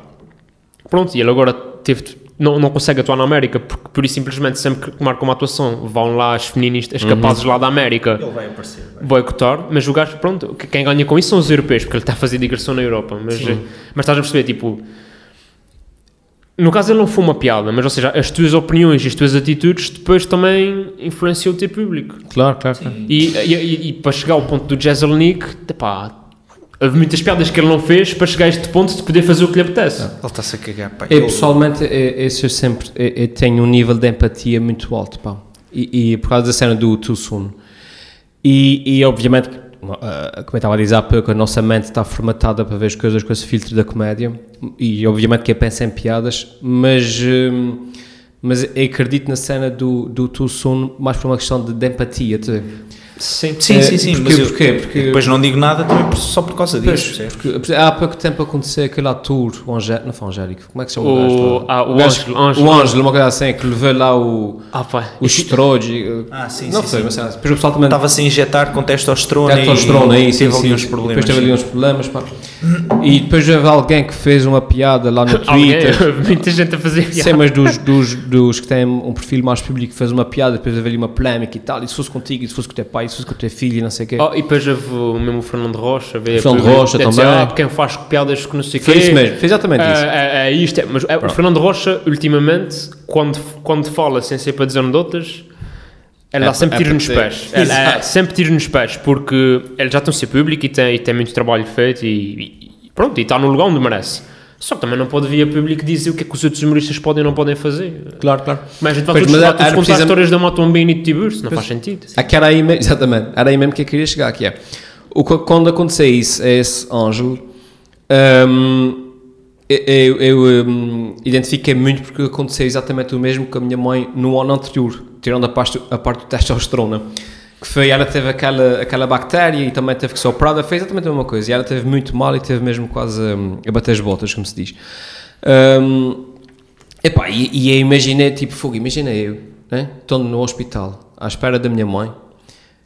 S4: Pronto, e ele agora teve, não, não consegue atuar na América, porque por isso simplesmente sempre que marca uma atuação vão lá as feministas, as capazes lá da América
S1: Ele vai aparecer. vai.
S4: boicotar, mas o gajo, pronto, que- quem ganha com isso são os europeus, porque ele está a fazer digressão na Europa. Mas, mas estás a perceber, tipo, no caso ele não foi uma piada, mas ou seja, as tuas opiniões e as tuas atitudes depois também influenciam o teu público.
S3: Claro, claro. claro.
S4: E, e, e- e para chegar ao ponto do Jezelnik, pá, houve muitas piadas que ele não fez para chegar a este ponto de poder fazer o que lhe apetece.
S1: Ele está-se a cagar, pá.
S4: É
S3: Eu,
S1: Ele-
S3: pessoalmente, eh, esse eu sempre eh, eu tenho um nível de empatia muito alto, pá. E, e por causa da cena do Too Soon. E, e, obviamente, no- ah, como eu estava a dizer há pouco, a nossa mente está formatada para ver as coisas com esse filtro da comédia. E obviamente que eu penso em piadas, mas, hum, mas eu acredito na cena do, do Too Soon mais por uma questão de, de empatia, tá?
S4: Sim.
S1: Sim, sim,
S3: Eh,
S1: sim.
S3: porquê,
S1: mas eu-
S3: porquê? Porque-
S1: Depois não digo nada também por- só por causa disso. percebes?
S3: Porque por exemplo, há pouco tempo aconteceu aquele ator, o Angé- não foi o Angélico, como é que se chama
S4: O-
S3: gajo lá?
S4: ah, o
S3: gajo-
S4: Ângelo, Ângelo.
S3: O Ângelo, uma coisa assim, que levou lá o,
S4: Ah, pá.
S3: o Strode. eh,
S1: Ah, sim,
S3: Não
S1: sim,
S3: foi,
S1: sim.
S3: mas depois o pessoal também...
S1: Estava-se a injetar com testosterona,
S3: Testosterona, é
S1: e
S3: aí, sim,
S1: teve ali
S3: sim.
S1: uns problemas.
S3: Depois teve ali uns problemas, pá. E depois houve alguém que fez uma piada lá no
S4: Alguém,
S3: Twitter.
S4: houve muita gente a fazer piada.
S3: Sim, mas dos, dos, dos que têm um perfil mais público fez uma piada, depois houve ali uma polémica e tal, e se fosse contigo, e se fosse com o teu pai, e se fosse com o teu filho, e não sei o quê.
S4: Oh, e depois houve o mesmo Fernando Rocha. veio
S3: Fernando
S4: a- veio-
S3: Rocha
S4: a dizer,
S3: também.
S4: "Ah, quem faz piadas que não sei o quê.
S3: Foi isso mesmo, foi exatamente
S4: Ah,
S3: isso.
S4: É, é isto. é- mas é, o Fernando Rocha, ultimamente, quando, quando fala sem ser para dizer anedotas, ele
S3: É
S4: dá sempre
S3: pa- é
S4: tiro nos
S3: para ter.
S4: pés. Ele, é,
S3: Exato.
S4: sempre tiro nos pés, porque ele já tem o seu público e tem, e tem muito trabalho feito e, e pronto, e está no lugar onde merece. Só que também não pode vir a público dizer o que é que os outros humoristas podem ou não podem fazer.
S3: Claro, claro.
S4: Mas a gente vai
S3: Pois,
S4: todos,
S3: mas era-
S4: vai todos
S3: era
S4: contar
S3: precisam-
S4: histórias da Matombina e de Tiburcio, não faz sentido.
S3: É que era aí, me- exatamente, era aí mesmo que eu queria chegar, que é, o, que- quando aconteceu isso, a esse Ângelo, hum, eu, eu, eu, hum, identifiquei muito porque aconteceu exatamente o mesmo com a minha mãe no ano anterior, tirando a parte, a parte do testosterona, que foi, ela teve aquela, aquela bactéria e também teve que ser operada, fez exatamente a mesma coisa, e ela teve muito mal e teve mesmo quase hum, a bater as botas, como se diz. Hum, Epá, e, e eu imaginei, tipo, fogo, imagina eu, né? Estou no hospital, à espera da minha mãe,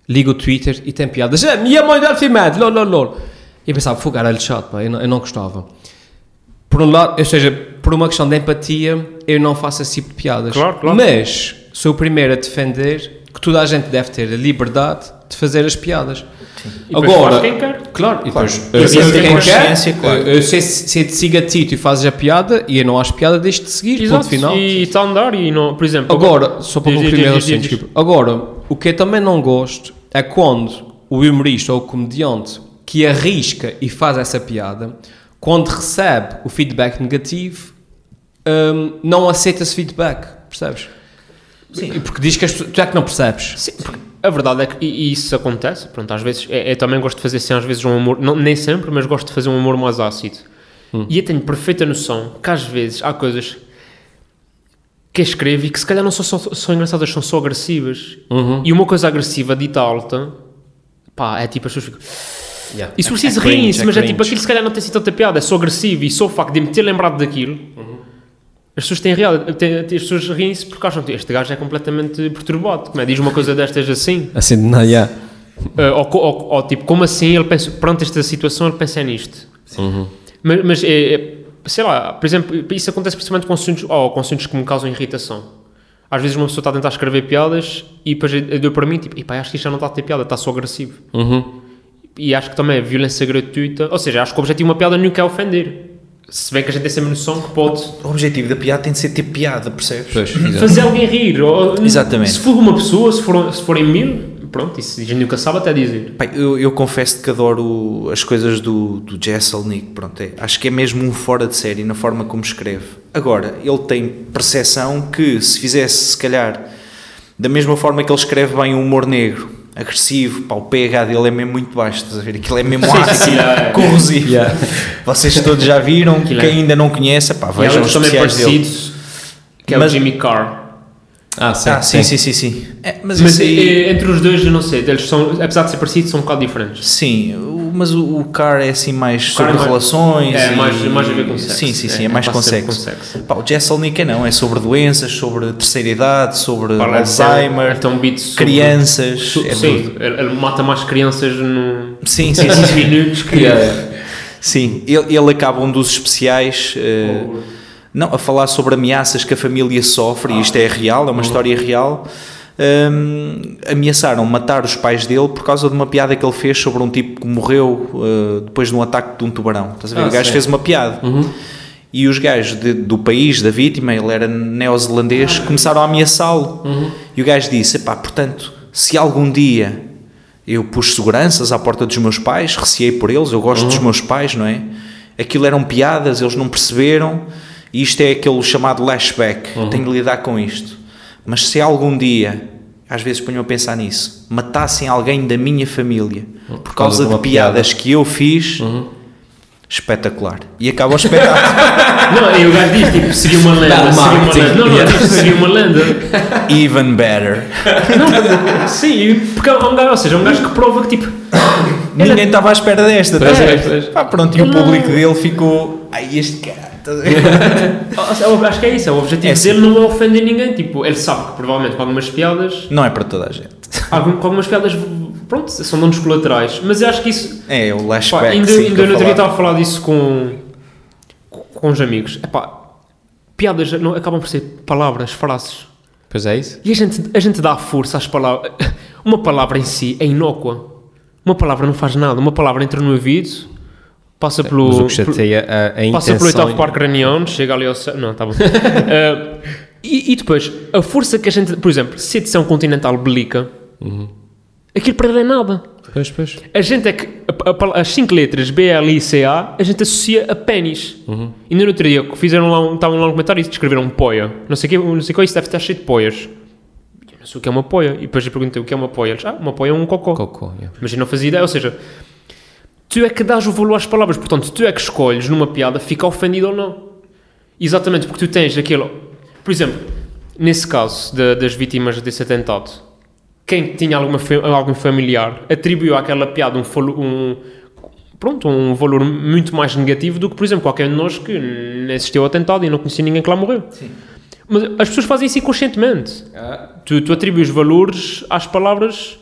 S3: ligo o Twitter e tem piadas, "Ah, minha mãe deve ser mad, lol, lol, lol. E eu pensava, fogo, era lixado, pá, eu não, eu não gostava. Por um lado, ou seja, por uma questão de empatia, eu não faço esse tipo de piadas.
S4: Claro, claro.
S3: Mas, sou o primeiro a defender que toda a gente deve ter a liberdade de fazer as piadas.
S4: E depois faz quem quer.
S3: Claro, e depois
S1: E
S3: eu
S1: assim tem
S3: sei quem quer,
S1: consciência, claro.
S3: eu- eu sei se, se eu te siga a ti, tu fazes a piada e eu não acho piada, deixo de seguir,
S4: Exato,
S3: ponto final.
S4: e está a andar e não, por exemplo...
S3: Agora, só para
S4: Diz, diz,
S3: concluir meu
S4: diz, diz,
S3: raciocínio,
S4: diz.
S3: desculpa. Agora, o que eu também não gosto é quando o humorista ou o comediante que arrisca e faz essa piada, quando recebe o feedback negativo, hum, não aceita esse feedback, percebes? Sim. Porque diz que as pessoas, tu é que não percebes.
S4: Sim, porque a verdade é que e- e isso acontece. Pronto, às vezes, eu, eu também gosto de fazer assim, às vezes um humor, não, nem sempre, mas gosto de fazer um humor mais ácido.
S3: Hum.
S4: E eu tenho perfeita noção que às vezes há coisas que eu escrevo e que se calhar não são só, só engraçadas, são só agressivas.
S3: Uhum.
S4: E uma coisa agressiva dita alta, pá, é tipo as pessoas ficam. E se vocês riem, mas é tipo, aquilo se calhar não tem sido tanta piada, é só agressivo e só o facto de me ter lembrado daquilo. As pessoas têm real, têm- as pessoas riem-se porque acham que este gajo é completamente perturbado. Como é? Diz uma coisa destas assim.
S3: Assim, não, yeah.
S4: Eh, ou, co- ou- ou tipo, como assim ele pensa, perante esta situação, ele pensa nisto. Mas, mas, é, é, sei lá, por exemplo, isso acontece principalmente com assuntos, ou com assuntos que me causam irritação. Às vezes uma pessoa está a tentar escrever piadas e depois eu- eu dou para mim, tipo, "Epá, acho que isto já não está a ter piada, está só agressivo. E acho que também é violência gratuita, ou seja, acho que o objetivo de uma piada nunca é ofender. Se bem que a gente tem sempre noção que pode
S1: O objetivo da piada tem de ser ter piada, percebes?
S3: Pois, exato.
S4: fazer alguém rir. Ou,
S1: Exatamente.
S4: Se for uma pessoa, se, for, se forem mil, pronto, isso a gente nunca sabe até dizer.
S1: Pá, eu, eu confesso que adoro as coisas do, do Jesselnik, pronto, é, acho que é mesmo um fora de série na forma como escreve. Agora, ele tem percepção que se fizesse, se calhar, da mesma forma que ele escreve bem o humor negro, agressivo, pá, o pH dele é mesmo muito baixo, estás a ver? Aquilo é mesmo ácido,
S4: yeah.
S1: corrosivo.
S3: Yeah.
S1: Vocês todos já viram, quem
S4: Aquilo é.
S1: ainda não conhece, pá,
S4: E há
S1: vejam os
S4: outros também
S1: especiais dele.
S4: parecidos, que é
S1: Mas-
S4: o Jimmy Carr.
S3: Ah, sim,
S1: Ah, sim, sim, sim, sim. É, mas,
S4: Mas
S1: isso aí...
S4: eh, entre os dois, eu não sei, eles são, apesar de ser parecidos, são um bocado diferentes.
S1: Sim, o- mas o, o car é assim mais
S4: car
S1: sobre
S4: é mais-
S1: relações.
S4: é,
S1: e-
S4: mais- mais a ver com sexo.
S1: Sim, sim, sim, é,
S4: É,
S1: mais
S4: passa
S1: com
S4: sempre
S1: sexo.
S4: com sexo.
S1: Pá, o Jesselnik é não, é sobre doenças, sobre terceira idade, sobre
S4: Fala,
S1: Alzheimer,
S4: então, então beats sobre-
S1: crianças.
S4: Su-
S1: é tudo.
S4: sim, ele, ele mata mais crianças num
S1: sim, sim, sim.
S4: uns minutos que.
S1: Sim, ele, ele acaba um dos especiais eh, não, a falar sobre ameaças que a família sofre,
S3: Ah,
S1: e isto é real, é uma história real. hum, ameaçaram matar os pais dele por causa de uma piada que ele fez sobre um tipo que morreu eh, depois de um ataque de um tubarão. Estás a ver?
S3: Ah,
S1: o gajo
S3: sim. Uhum.
S1: fez uma piada. E os gajos de- do país da vítima, ele era
S3: Ah,
S1: neozelandês, começaram a ameaçá-lo.
S3: Uhum.
S1: E o gajo disse: pá, portanto, se algum dia eu pus seguranças à porta dos meus pais, receei por eles, eu gosto dos meus pais, não é? Aquilo eram piadas, eles não perceberam, e isto é aquele chamado lashback, tenho de lidar com isto. Mas se algum dia, às vezes ponho a pensar nisso, matassem alguém da minha família por causa de
S3: uma
S1: piadas que eu fiz, espetacular. E acaba o espetáculo.
S4: Não, e o gajo diz tipo, seria uma lenda,
S3: Dá
S4: seria uma
S3: marketing.
S4: lenda. Não, não,
S3: Yeah.
S4: diz, seria uma lenda.
S1: Even better.
S4: Não, sim, porque é um gajo, ou seja, é um gajo que prova que tipo.
S1: Ninguém estava à espera desta. estás a ver?
S3: pois.
S1: Pá, pronto, e o público dele ficou. Ai, este cara. tá-" estás a ver?"
S4: eu Acho que é isso, é o objetivo
S1: É assim.
S4: dele não é ofender ninguém. Tipo, ele sabe que provavelmente com algumas piadas,
S1: Não é para toda a gente.
S4: algum, com algumas piadas, pronto, são danos colaterais. Mas eu acho que isso.
S1: É, o
S4: Pá,
S1: lashback.
S4: ainda
S1: sim, que
S4: ainda
S1: eu
S4: no outro dia
S1: falava.
S4: estava a falar disso com, com os amigos. Epá, piadas não, acabam por ser palavras, frases.
S3: Pois é isso.
S4: E a gente, a gente dá força às palavras. Uma palavra em si é inócua. Uma palavra não faz nada. Uma palavra entra no ouvido,
S1: É,
S4: passa pelo.
S3: Mas o que
S4: pelo-
S3: chateia a, a
S4: Passa pelo
S3: intenção...
S4: oitavo par craniano, chega ali ao... ce- Não, tá bom. Eh, e, e depois, a força que a gente... Por exemplo, se a edição continental belica, aquilo para ele é nada.
S3: Pois, pois.
S4: A gente é que... a- a pala- as cinco letras, B, L, I, C, A, a gente associa a pênis. E no outro dia, fizeram lá um, estavam lá no comentário e escreveram um poia. Não sei o que, não sei qual, é isso deve estar cheio de poias. Eu não sei o que é uma poia. E depois eu perguntei o que é uma poia. Eles, ah, uma poia é um cocó.
S3: Cocô, yeah.
S4: Mas eu não fazia ideia, ou seja, tu é que dás o valor às palavras, portanto, tu é que escolhes numa piada ficar ofendido ou não. Exatamente, porque tu tens aquilo. Por exemplo, nesse caso da- das vítimas desse atentado, quem tinha alguma fa- algum familiar atribuiu àquela piada um, falo- um- pronto, um valor muito mais negativo do que, por exemplo, qualquer de nós que nem assistiu ao atentado e não conhecia ninguém que lá morreu. Mas as pessoas fazem isso inconscientemente. Tu, tu atribuis valores às palavras.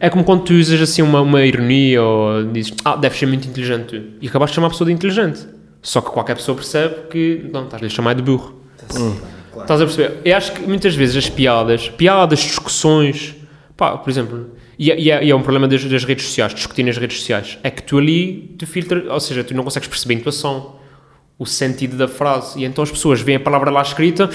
S4: É como quando tu usas assim uma, uma ironia ou dizes, ah, deves ser muito inteligente tu. E acabaste de chamar a pessoa de inteligente. Só que qualquer pessoa percebe que, não, estás-lhe a chamar de burro. Estás a perceber? Eu acho que muitas vezes as piadas, piadas, discussões, pá, por exemplo, e, é- e é, e é um problema das, das redes sociais, discutir nas redes sociais, é que tu ali, tu filtras, ou seja, tu não consegues perceber a intuação, o sentido da frase, e então as pessoas veem a palavra lá escrita,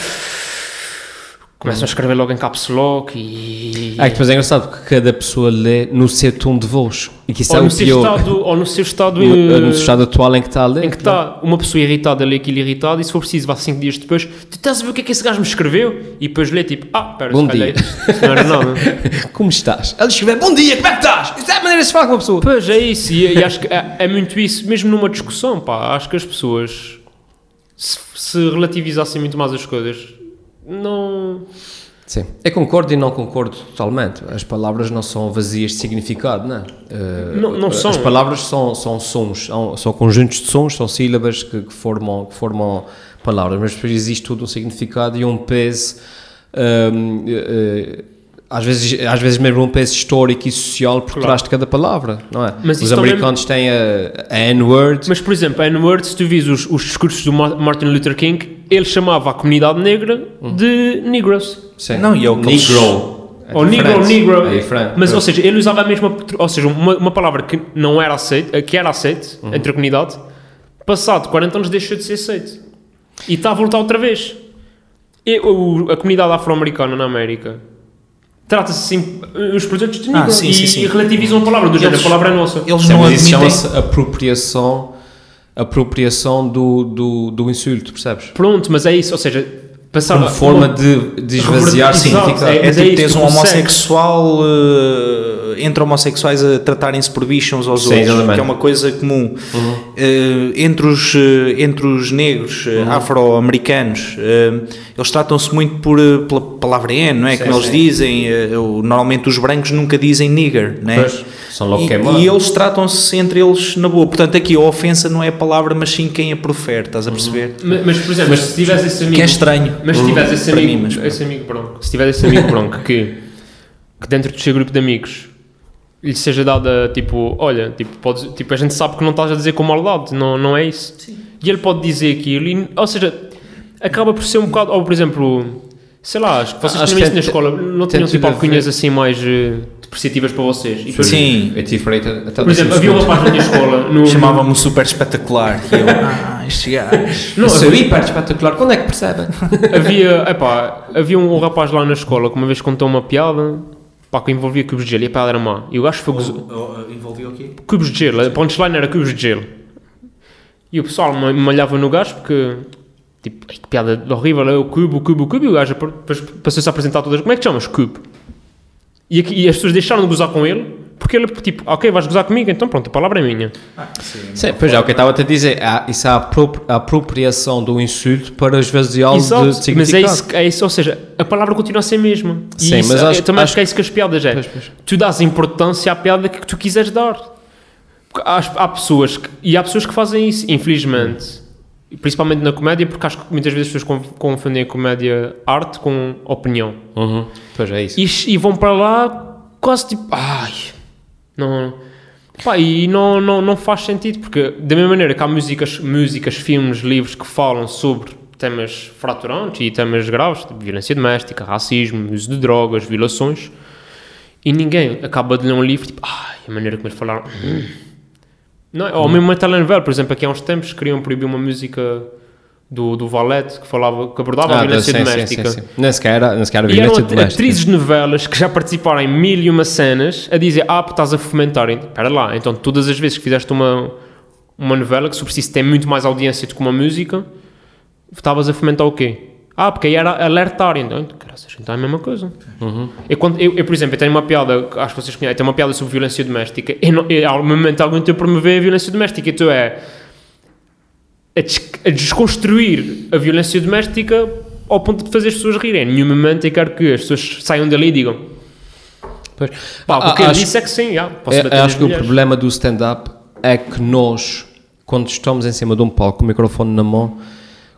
S4: começam a escrever logo em caps lock e...
S3: É que depois é engraçado porque cada pessoa lê no seu tom de voz. E que isso é
S4: ou,
S3: o
S4: no seu
S3: pior.
S4: estado, ou no seu estado...
S3: No,
S4: eh,
S3: no estado atual em que está a ler.
S4: Em que está uma pessoa irritada, lê aquilo irritado e se for preciso, vá 5 dias depois, tu estás a ver o que é que esse gajo me escreveu? E depois lê tipo, ah, pera,
S3: Bom
S4: se calhar
S3: dia.
S4: isto Não era nada.
S3: Como estás? Ele escreveu, bom dia, como é que estás? Isso é a maneira de se falar com uma pessoa.
S4: Pois é isso, e, e acho que é, é muito isso, mesmo numa discussão, pá, acho que as pessoas se, se relativizassem muito mais as coisas, não.
S3: Sim. Eu concordo e não concordo totalmente. As palavras não são vazias de significado, não é? Eh,
S4: Não- não
S3: as
S4: são. é.
S3: palavras são, são sons, um, são, são conjuntos de sons, são sílabas que, que formam, que formam palavras, mas depois existe todo um significado e um peso. ehm, eh, eh, às vezes, às vezes mesmo um peso histórico e social por trás de cada palavra, não é?
S4: Mas
S3: Os
S4: isso também-
S3: americanos têm a, a N-word,
S4: Mas, por exemplo, a N-Word, se tu vis os, os discursos do Ma- Martin Luther King, ele chamava a comunidade negra
S3: Hum.
S4: de Negros.
S3: sim.
S1: Não, e é o que eles-
S3: Negro. É
S4: ou negro, ou
S3: diferente.
S4: negro.
S3: É diferente.
S4: Mas, ou seja, ele usava a mesma. Ou seja, uma, uma palavra que não era aceita, que era aceita
S3: Uhum.
S4: entre a comunidade, passado 40 anos deixou de ser aceito. E está a voltar outra vez. E o- a comunidade afro-americana na América trata-se assim. Os produtos de negro
S1: Ah, sim,
S4: e,
S1: sim, sim.
S4: e relativizam a palavra, do género, a palavra é nossa.
S1: Eles
S3: Sim,
S1: não
S3: mas isso
S1: admitem.
S3: chama-se apropriação, apropriação do, do, do insulto, percebes?
S4: Pronto, mas é isso. Ou seja, passava.
S3: Uma forma de, de esvaziar
S4: Exato,
S3: significado.
S1: É,
S4: É
S1: tipo
S4: isso,
S1: teres
S4: tu
S1: um
S4: consegues.
S1: homossexual eh, entre homossexuais a tratarem-se por bichos uns aos
S3: Sim,
S1: outros,
S3: exatamente. Uhum.
S1: que é uma coisa comum. Eh, entre, os, eh, entre os negros
S3: Uhum.
S1: eh, afro-americanos, eh, eles tratam-se muito por, eh, pela palavra N, não é? Como eles dizem, eh, o- normalmente os brancos nunca dizem nigger, não é?
S3: Pois, são logo
S1: e,
S3: queimados.
S1: e eles tratam-se entre eles na boa. Portanto, aqui a ofensa não é a palavra, mas sim quem a profere, estás a perceber?
S4: Ma- Mas, por exemplo, se tivesse esse amigo.
S1: que é estranho,
S4: Uhum. Mas se tivesse esse
S1: para
S4: amigo,
S1: mim, mas pronto.
S4: esse amigo bronco. Se tivesse esse amigo bronco que, que dentro do seu grupo de amigos lhe seja dada tipo, olha, tipo, podes, tipo, a gente sabe que não estás a dizer com maldade, não, não é isso. E ele pode dizer aquilo, e, ou seja, acaba por ser um bocado. Ou por exemplo, sei lá, acho que vocês
S3: Acho
S4: tinham
S3: que
S1: é
S4: isso na
S3: tem-
S4: escola, não
S3: tem
S4: tinham
S3: tudo
S4: tipo
S3: a
S4: alcunhas
S3: ver.
S4: assim mais eh, depreciativas para vocês. E depois-
S1: Sim.
S3: Eu tive direito É a- até
S4: Por exemplo, havia um rapaz na minha escola. No,
S1: Chamava-me o super espetacular. E eu, ah, este gajo.
S3: Não,
S4: Não,
S3: eu sou
S4: havia-
S3: hiper espetacular, quando é que percebem?
S4: havia, epá, havia um rapaz lá na escola que uma vez contou uma piada pá, que envolvia cubos de gelo e a piada era má. E o gajo foi gozo-
S1: Envolveu o quê?
S4: cubos de gelo, a punchline era cubos de gelo. E o pessoal ma- malhava no gajo porque, tipo, "Ai, que piada horrível, é o cubo, o cubo, o cubo. E o gajo depois passou-se a apresentar todas, como é que te chamas? Cubo. E, aqui- e as pessoas deixaram de gozar com ele porque ele, tipo, ok, vais gozar comigo, então pronto, a palavra é minha.
S3: Sim, pois é, o que eu estava a te dizer, há- isso é a, apro- a apropriação do insulto para esvaziá-lo de
S4: Exato,
S3: significado.
S4: mas é isso, que- é isso, ou seja, a palavra continua a ser a mesma. E
S3: Sim,
S4: isso,
S3: mas
S4: eu
S3: acho-
S4: também acho,
S3: acho-
S4: que é isso que as piadas é.
S3: Pois, pois.
S4: Tu dás importância à piada que tu quiseres dar. Porque Há, há pessoas que, e há pessoas que fazem isso, infelizmente. E Principalmente na comédia, porque acho que muitas vezes as pessoas conf- confundem a comédia arte com opinião.
S3: Uhum, Pois é isso.
S4: E, ch- e vão para lá quase tipo, ai, não. Pá, e não, não, não faz sentido, porque da mesma maneira que há músicas, músicas, filmes, livros que falam sobre temas fraturantes e temas graves, tipo violência doméstica, racismo, uso de drogas, violações, e ninguém acaba de ler um livro tipo, ai, a maneira como eles falaram. hum." Não, é? Ou mesmo uma telenovela, por exemplo, aqui há uns tempos queriam proibir uma música do, do Valete que, falava, que abordava
S3: Ah,
S4: a violência
S3: sim, sim,
S4: doméstica.
S3: sim, sim. Nem sequer era, nem sequer era
S4: E eram
S3: violência
S4: at-
S3: doméstica.
S4: atrizes de novelas que já participaram em mil e uma cenas a dizer, ah, porque estás a fomentar. Espera lá, então todas as vezes que fizeste uma, uma novela, que se preciso tem muito mais audiência do que uma música, estavas a fomentar o quê? Ah, porque aí era alertar. Então, graças, então é a mesma coisa. Eu, quando- eu- eu, por exemplo, eu tenho uma piada, que acho que vocês conhecem, eu tenho uma piada sobre violência doméstica. Eu, não, eu, ao momento algum, estou a promover a violência doméstica. Então é a, des- a desconstruir a violência doméstica ao ponto de fazer as pessoas rirem. Em nenhum momento eu quero que as pessoas saiam dali e digam
S3: Pois.
S4: pá,
S3: Ah,
S4: o que ele
S3: acho-
S4: disse é que sim, já, posso
S3: Eu,
S4: bater
S3: eu
S4: nas
S3: acho que o
S4: mulheres."
S3: problema do stand-up é que nós, quando estamos em cima de um palco com o microfone na mão,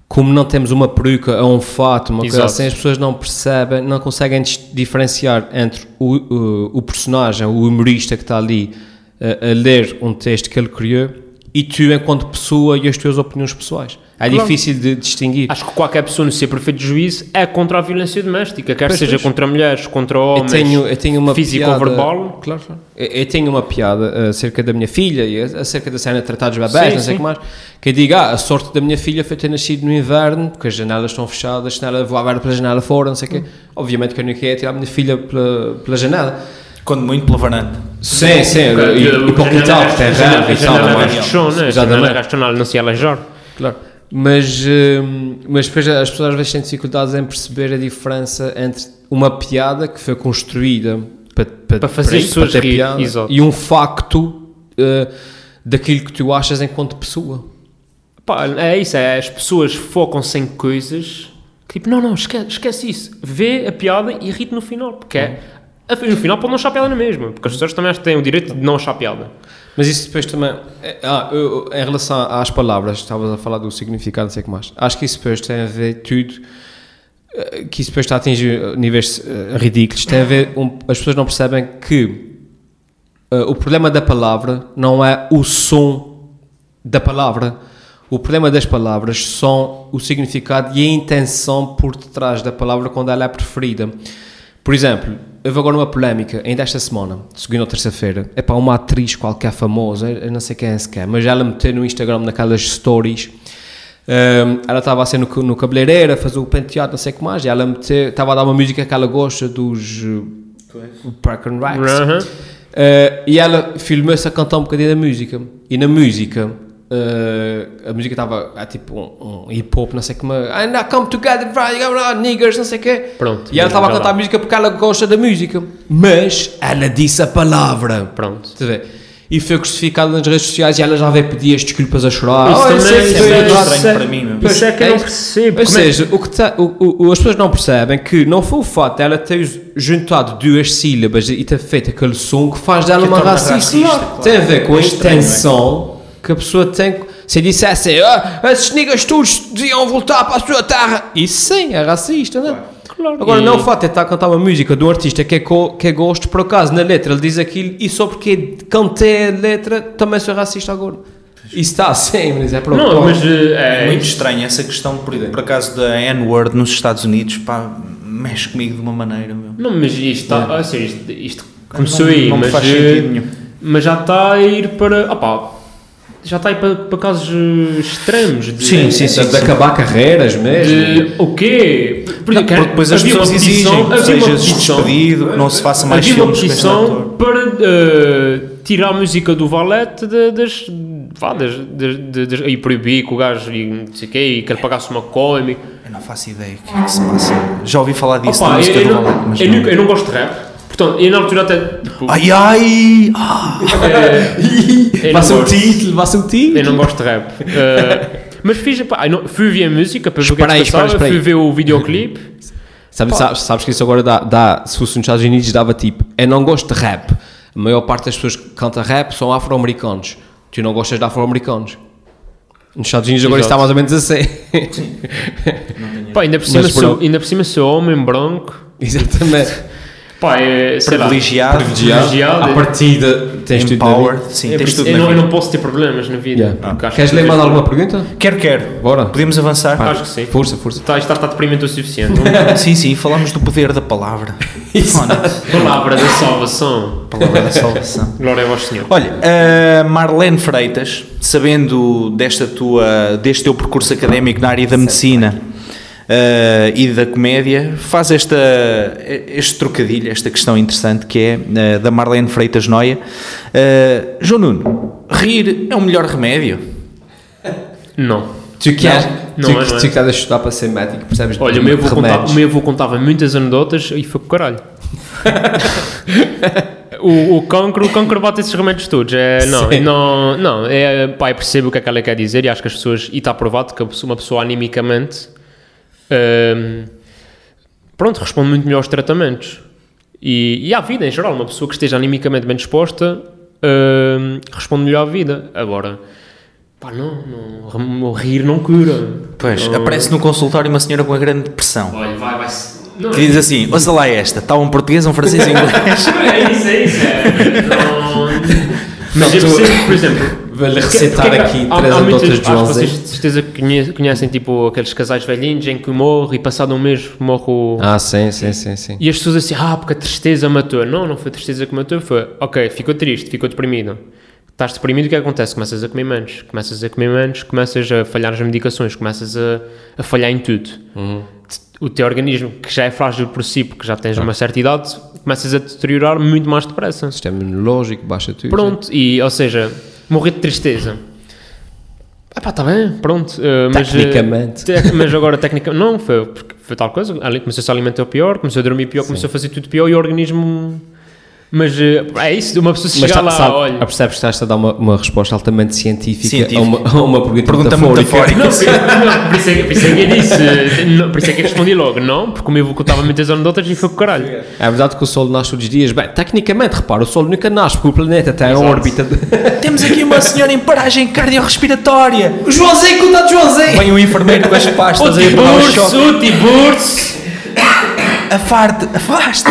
S3: como não temos uma peruca ou um fato, uma coisa
S4: Exato.
S3: assim, as pessoas não percebem, não conseguem dis- diferenciar entre o, o, o personagem, o humorista que está ali eh, a, ler um texto que ele criou e tu, enquanto pessoa, e as tuas opiniões pessoais. É difícil de distinguir.
S4: Acho que qualquer pessoa, no seu perfeito juízo, é contra a violência doméstica, quer
S3: Pois,
S4: seja
S3: pois.
S4: contra mulheres, contra homens,
S3: tenho- eu tenho uma
S4: físico
S3: piada-
S4: ou verbal.
S3: Claro, claro. Eu, eu tenho uma piada eh, acerca da minha filha e acerca da cena de tratar dos bebés,
S4: Sim,
S3: não sei o
S4: sim.
S3: que mais, que eu digo, ah, a sorte da minha filha foi ter nascido no inverno, porque as janelas estão fechadas, senão ela voava pela janela fora, não sei o quê. Obviamente que eu não queria tirar a minha filha pela, pela janela.
S1: Quando muito pela varanda.
S3: Sim, sim, e, e para o quintal, que tem verve e tal, não é? Exatamente.
S4: né? não se alejar.
S3: Claro. Mas, hum, mas depois as pessoas às vezes têm dificuldades em perceber a diferença entre uma piada que foi construída para, para,
S4: Para fazer as pessoas
S3: ter
S4: rir,
S3: piada
S4: exato.
S3: e um facto eh, daquilo que tu achas enquanto pessoa.
S4: Pá, é isso, é, as pessoas focam-se em coisas que tipo, não, não, esquece, esquece isso. Vê a piada e ri no final, porque é, a- no final pode não achar piada na mesma, porque as pessoas também acho que têm o direito de não achar piada.
S3: Mas isso depois também. eh, Ah, eu- eu- em relação às palavras, estavas a falar do significado, não sei o que mais. Acho que isso depois tem a ver tudo. eh, Que isso depois está a atingir eh, níveis eh, ridículos. Tem a ver. um- as pessoas não percebem que eh, o problema da palavra não é o som da palavra. O problema das palavras são o significado e a intenção por detrás da palavra quando ela é preferida. Por exemplo, houve agora uma polémica, ainda esta semana, segunda ou terça-feira, é para uma atriz qualquer famosa, eu não sei quem é sequer, mas ela meteu no Instagram naquelas stories. hum, ela estava assim no, no cabeleireiro, a fazer o penteado, não sei o que mais, e ela meteu, estava a dar uma música que ela gosta dos. Uh, Park and Rex.
S4: Aham.
S3: Eh, e ela filmou-se a cantar um bocadinho da música. E na música, eh, a música estava é tipo um, um hip hop, não sei como. And I come together, right, right, niggers, não sei o quê.
S4: Pronto,
S3: E ela estava a
S4: já
S3: cantar
S4: lá.
S3: a música porque ela gosta da música. Mas ela disse a palavra.
S4: Pronto.
S3: Estás a ver? E foi crucificada nas redes sociais e ela já veio pedir as desculpas a chorar.
S4: Isso
S3: "Oh, eu
S4: também-
S3: sei que
S4: isso
S3: foi
S4: é
S3: errado."
S1: estranho para mim, meu.
S4: Isso é que eu não
S3: isso.
S4: percebo.
S3: Ou
S4: Como é-
S3: seja, o que tá- o- o- o- as pessoas não percebem que não foi o fato dela ter juntado duas sílabas e ter feito aquele som que faz dela
S1: Que
S3: uma
S1: torna
S3: racista.
S1: racista, claro.
S3: Tem a ver com a
S1: É estranho,
S3: intenção que a pessoa tem. Se dissesse, ah, esses niggas todos deviam voltar para a sua terra. Isso sim, é racista, não é?
S4: Claro.
S3: Agora,
S4: E-
S3: não o fato de estar a cantar uma música de um artista que é, co, que é gosto, por acaso, na letra ele diz aquilo e só porque cantei a letra também sou racista agora. Isso está assim, mas é para
S4: Não, mas eh, é,
S1: muito estranho essa questão, por, por acaso, da N-word nos Estados Unidos, pá, mexe comigo de uma maneira, meu.
S4: Não, mas isto, está, ou seja, isto, isto começou aí,
S1: não me
S4: mas,
S1: faz
S4: eh,
S1: sentido nenhum.
S4: mas já está a ir para. Opá, já está a ir para, para casos eh, extremos. De,
S1: Sim, sim,
S3: de, de acabar carreiras mesmo.
S4: de- Eh, o quê? Por
S1: Não,
S4: exemplo,
S1: porque depois as
S4: havia uma
S1: pessoas
S4: petição-
S1: exigem que
S4: havia uma
S1: sejas
S4: petição-
S1: despedido, que não se faça mais
S4: Havia uma
S1: filmes com este ator.
S4: petição para eh, tirar a música do Valete de- das. vá, das, das, das, das- e proibir que o gajo e não sei o quê, e que ele pagasse uma come.
S1: Eu não faço ideia o que é que se passa. Já ouvi falar disso
S4: Opá,
S1: na
S4: eu,
S1: música
S4: eu
S1: do
S4: não,
S1: Valete, mas um é
S4: eu
S1: não.
S4: nunca- eu não gosto de rap. Portanto, eu na altura até. tipo,
S1: Ai, ai! Ah,
S4: eh, eu não
S3: Passa o
S1: um
S4: gosto.
S3: um título, passa o título.
S4: Eu não gosto de rap. Eh, mas fiz, pá, eu não- fui ver a música para ver o que é que
S3: Espera aí,
S4: se passava,
S3: espera aí, espera aí.
S4: fui ver o videoclipe.
S3: Sabe- sabes, sabes que isso agora dá, dá, se fosse nos Estados Unidos, dava tipo, eu não gosto de rap. A maior parte das pessoas que canta rap são afro-americanos. Tu não gostas de afro-americanos. Nos Estados Unidos agora isso está
S4: Exato.
S3: mais ou menos assim.
S4: Pá, ainda por,
S3: Mas
S4: cima sou,
S3: pronto.
S4: ainda por cima sou homem branco.
S3: Exatamente.
S4: Pá, é, sei lá,
S1: privilegiado.
S4: Privilegiado.
S3: À partida tens tudo na vida.
S1: Empowered. Sim,
S4: é por
S1: tens
S4: isso-
S1: tudo
S4: eu,
S1: na
S4: não, eu
S1: vida.
S4: não posso ter problemas na vida.
S3: Yeah.
S4: porque acho
S3: Queres
S4: que-
S3: ler mais alguma pergunta?
S1: Quero, quero.
S3: Bora.
S1: Podemos avançar?
S4: Acho que sim.
S3: Força, força.
S4: Está, isto está deprimente o suficiente.
S1: Sim, sim, falamos do poder da palavra. Foda-se.
S4: Palavra da salvação.
S1: palavra da salvação.
S4: Glória ao Senhor.
S1: Olha, a Marlene Freitas, sabendo desta tua, deste teu percurso académico na área da medicina eh, e da comédia, faz esta, este trocadilho, esta questão interessante que é eh, da Marlene Freitas Noia. Eh, João Nuno, rir é o melhor remédio?
S4: Não.
S3: Tu que és-
S4: Não, não é,
S3: tu,
S4: não é.
S3: tu que estás a estudar para ser médico, percebes?
S4: Olha,
S3: de
S4: o meu avô, contava,
S3: remédios.
S4: o meu avô contava muitas anedotas e foi com o caralho. o, o cancro, o cancro bate esses remédios todos. É, não,
S3: Sim.
S4: não, não. É, pá, eu percebo o que é que ela quer dizer e acho que as pessoas. E está provado que a pessoa- uma pessoa animicamente. hum, pronto, responde muito melhor aos tratamentos. E, e à vida em geral, uma pessoa que esteja animicamente bem disposta hum, responde melhor à vida. Agora, pá, não, não, rir não cura.
S1: Pois, aparece no consultório uma senhora com uma grande depressão.
S4: Olha, vai, vai. se- Não,
S1: Que diz assim, ouça lá esta, está um português, um francês e um inglês.
S4: É isso, é isso. É. Não- Mas eu
S3: tu-
S4: percebo, por exemplo,
S3: Vou-lhe
S4: Porque-
S3: recitar
S4: porque
S3: aqui
S4: há-
S3: três
S4: há muitas-
S3: anedotas de João
S4: acho
S3: Zé.
S4: que Vocês de certeza que conhe- conhecem tipo aqueles casais velhinhos em que morre e passado um mês morre o...
S3: Ah, sim, sim, sim, sim.
S4: E as pessoas assim, ah, porque a tristeza matou. Não, não foi a tristeza que matou, foi, ok, ficou triste, ficou deprimido. Estás deprimido, o que acontece? Começas a comer menos, começas a comer menos, começas a falhar as medicações, começas a, a falhar em tudo. O teu organismo, que já é frágil por si, porque já tens uma certa idade, começas a deteriorar muito mais depressa.
S3: Sistema imunológico, baixa tudo.
S4: Pronto, e, ou seja, morrer de tristeza. Ah pá, está bem, pronto. eh, mas, eh,
S3: Tecnicamente.
S4: te- mas agora, tecnicamente, não, foi, porque foi tal coisa. ali Começou-se a alimentar pior, começou a dormir pior, começou a fazer tudo pior e o organismo... Mas eh, é isso, uma pessoa se
S3: Mas
S4: chegar
S3: sabe,
S4: lá,
S3: sabe,
S4: olha...
S3: percebes que estás a dar uma, uma resposta altamente científica,
S1: Científica.
S3: A, uma, a uma pergunta,
S1: Pergunta
S3: metafórica.
S1: metafórica.
S4: Não, por, não, por isso é, que- por isso é que eu disse, eh, não, por isso é que eu respondi logo, não, porque o meu que eu estava muitas anedotas e foi com o caralho.
S3: É verdade que o Sol nasce todos os dias. Bem, tecnicamente, repara, o Sol nunca nasce porque o planeta tem a órbita. De...
S1: Temos aqui uma senhora em paragem cardiorrespiratória.
S3: O Joãozinho, cuidado, Joãozinho!
S1: Vem um enfermeiro com as
S4: O
S1: pastas aí para
S3: um
S1: dar o
S4: Tiburcio,
S1: choque.
S4: o Tiburcio!
S1: Afarte, afaste.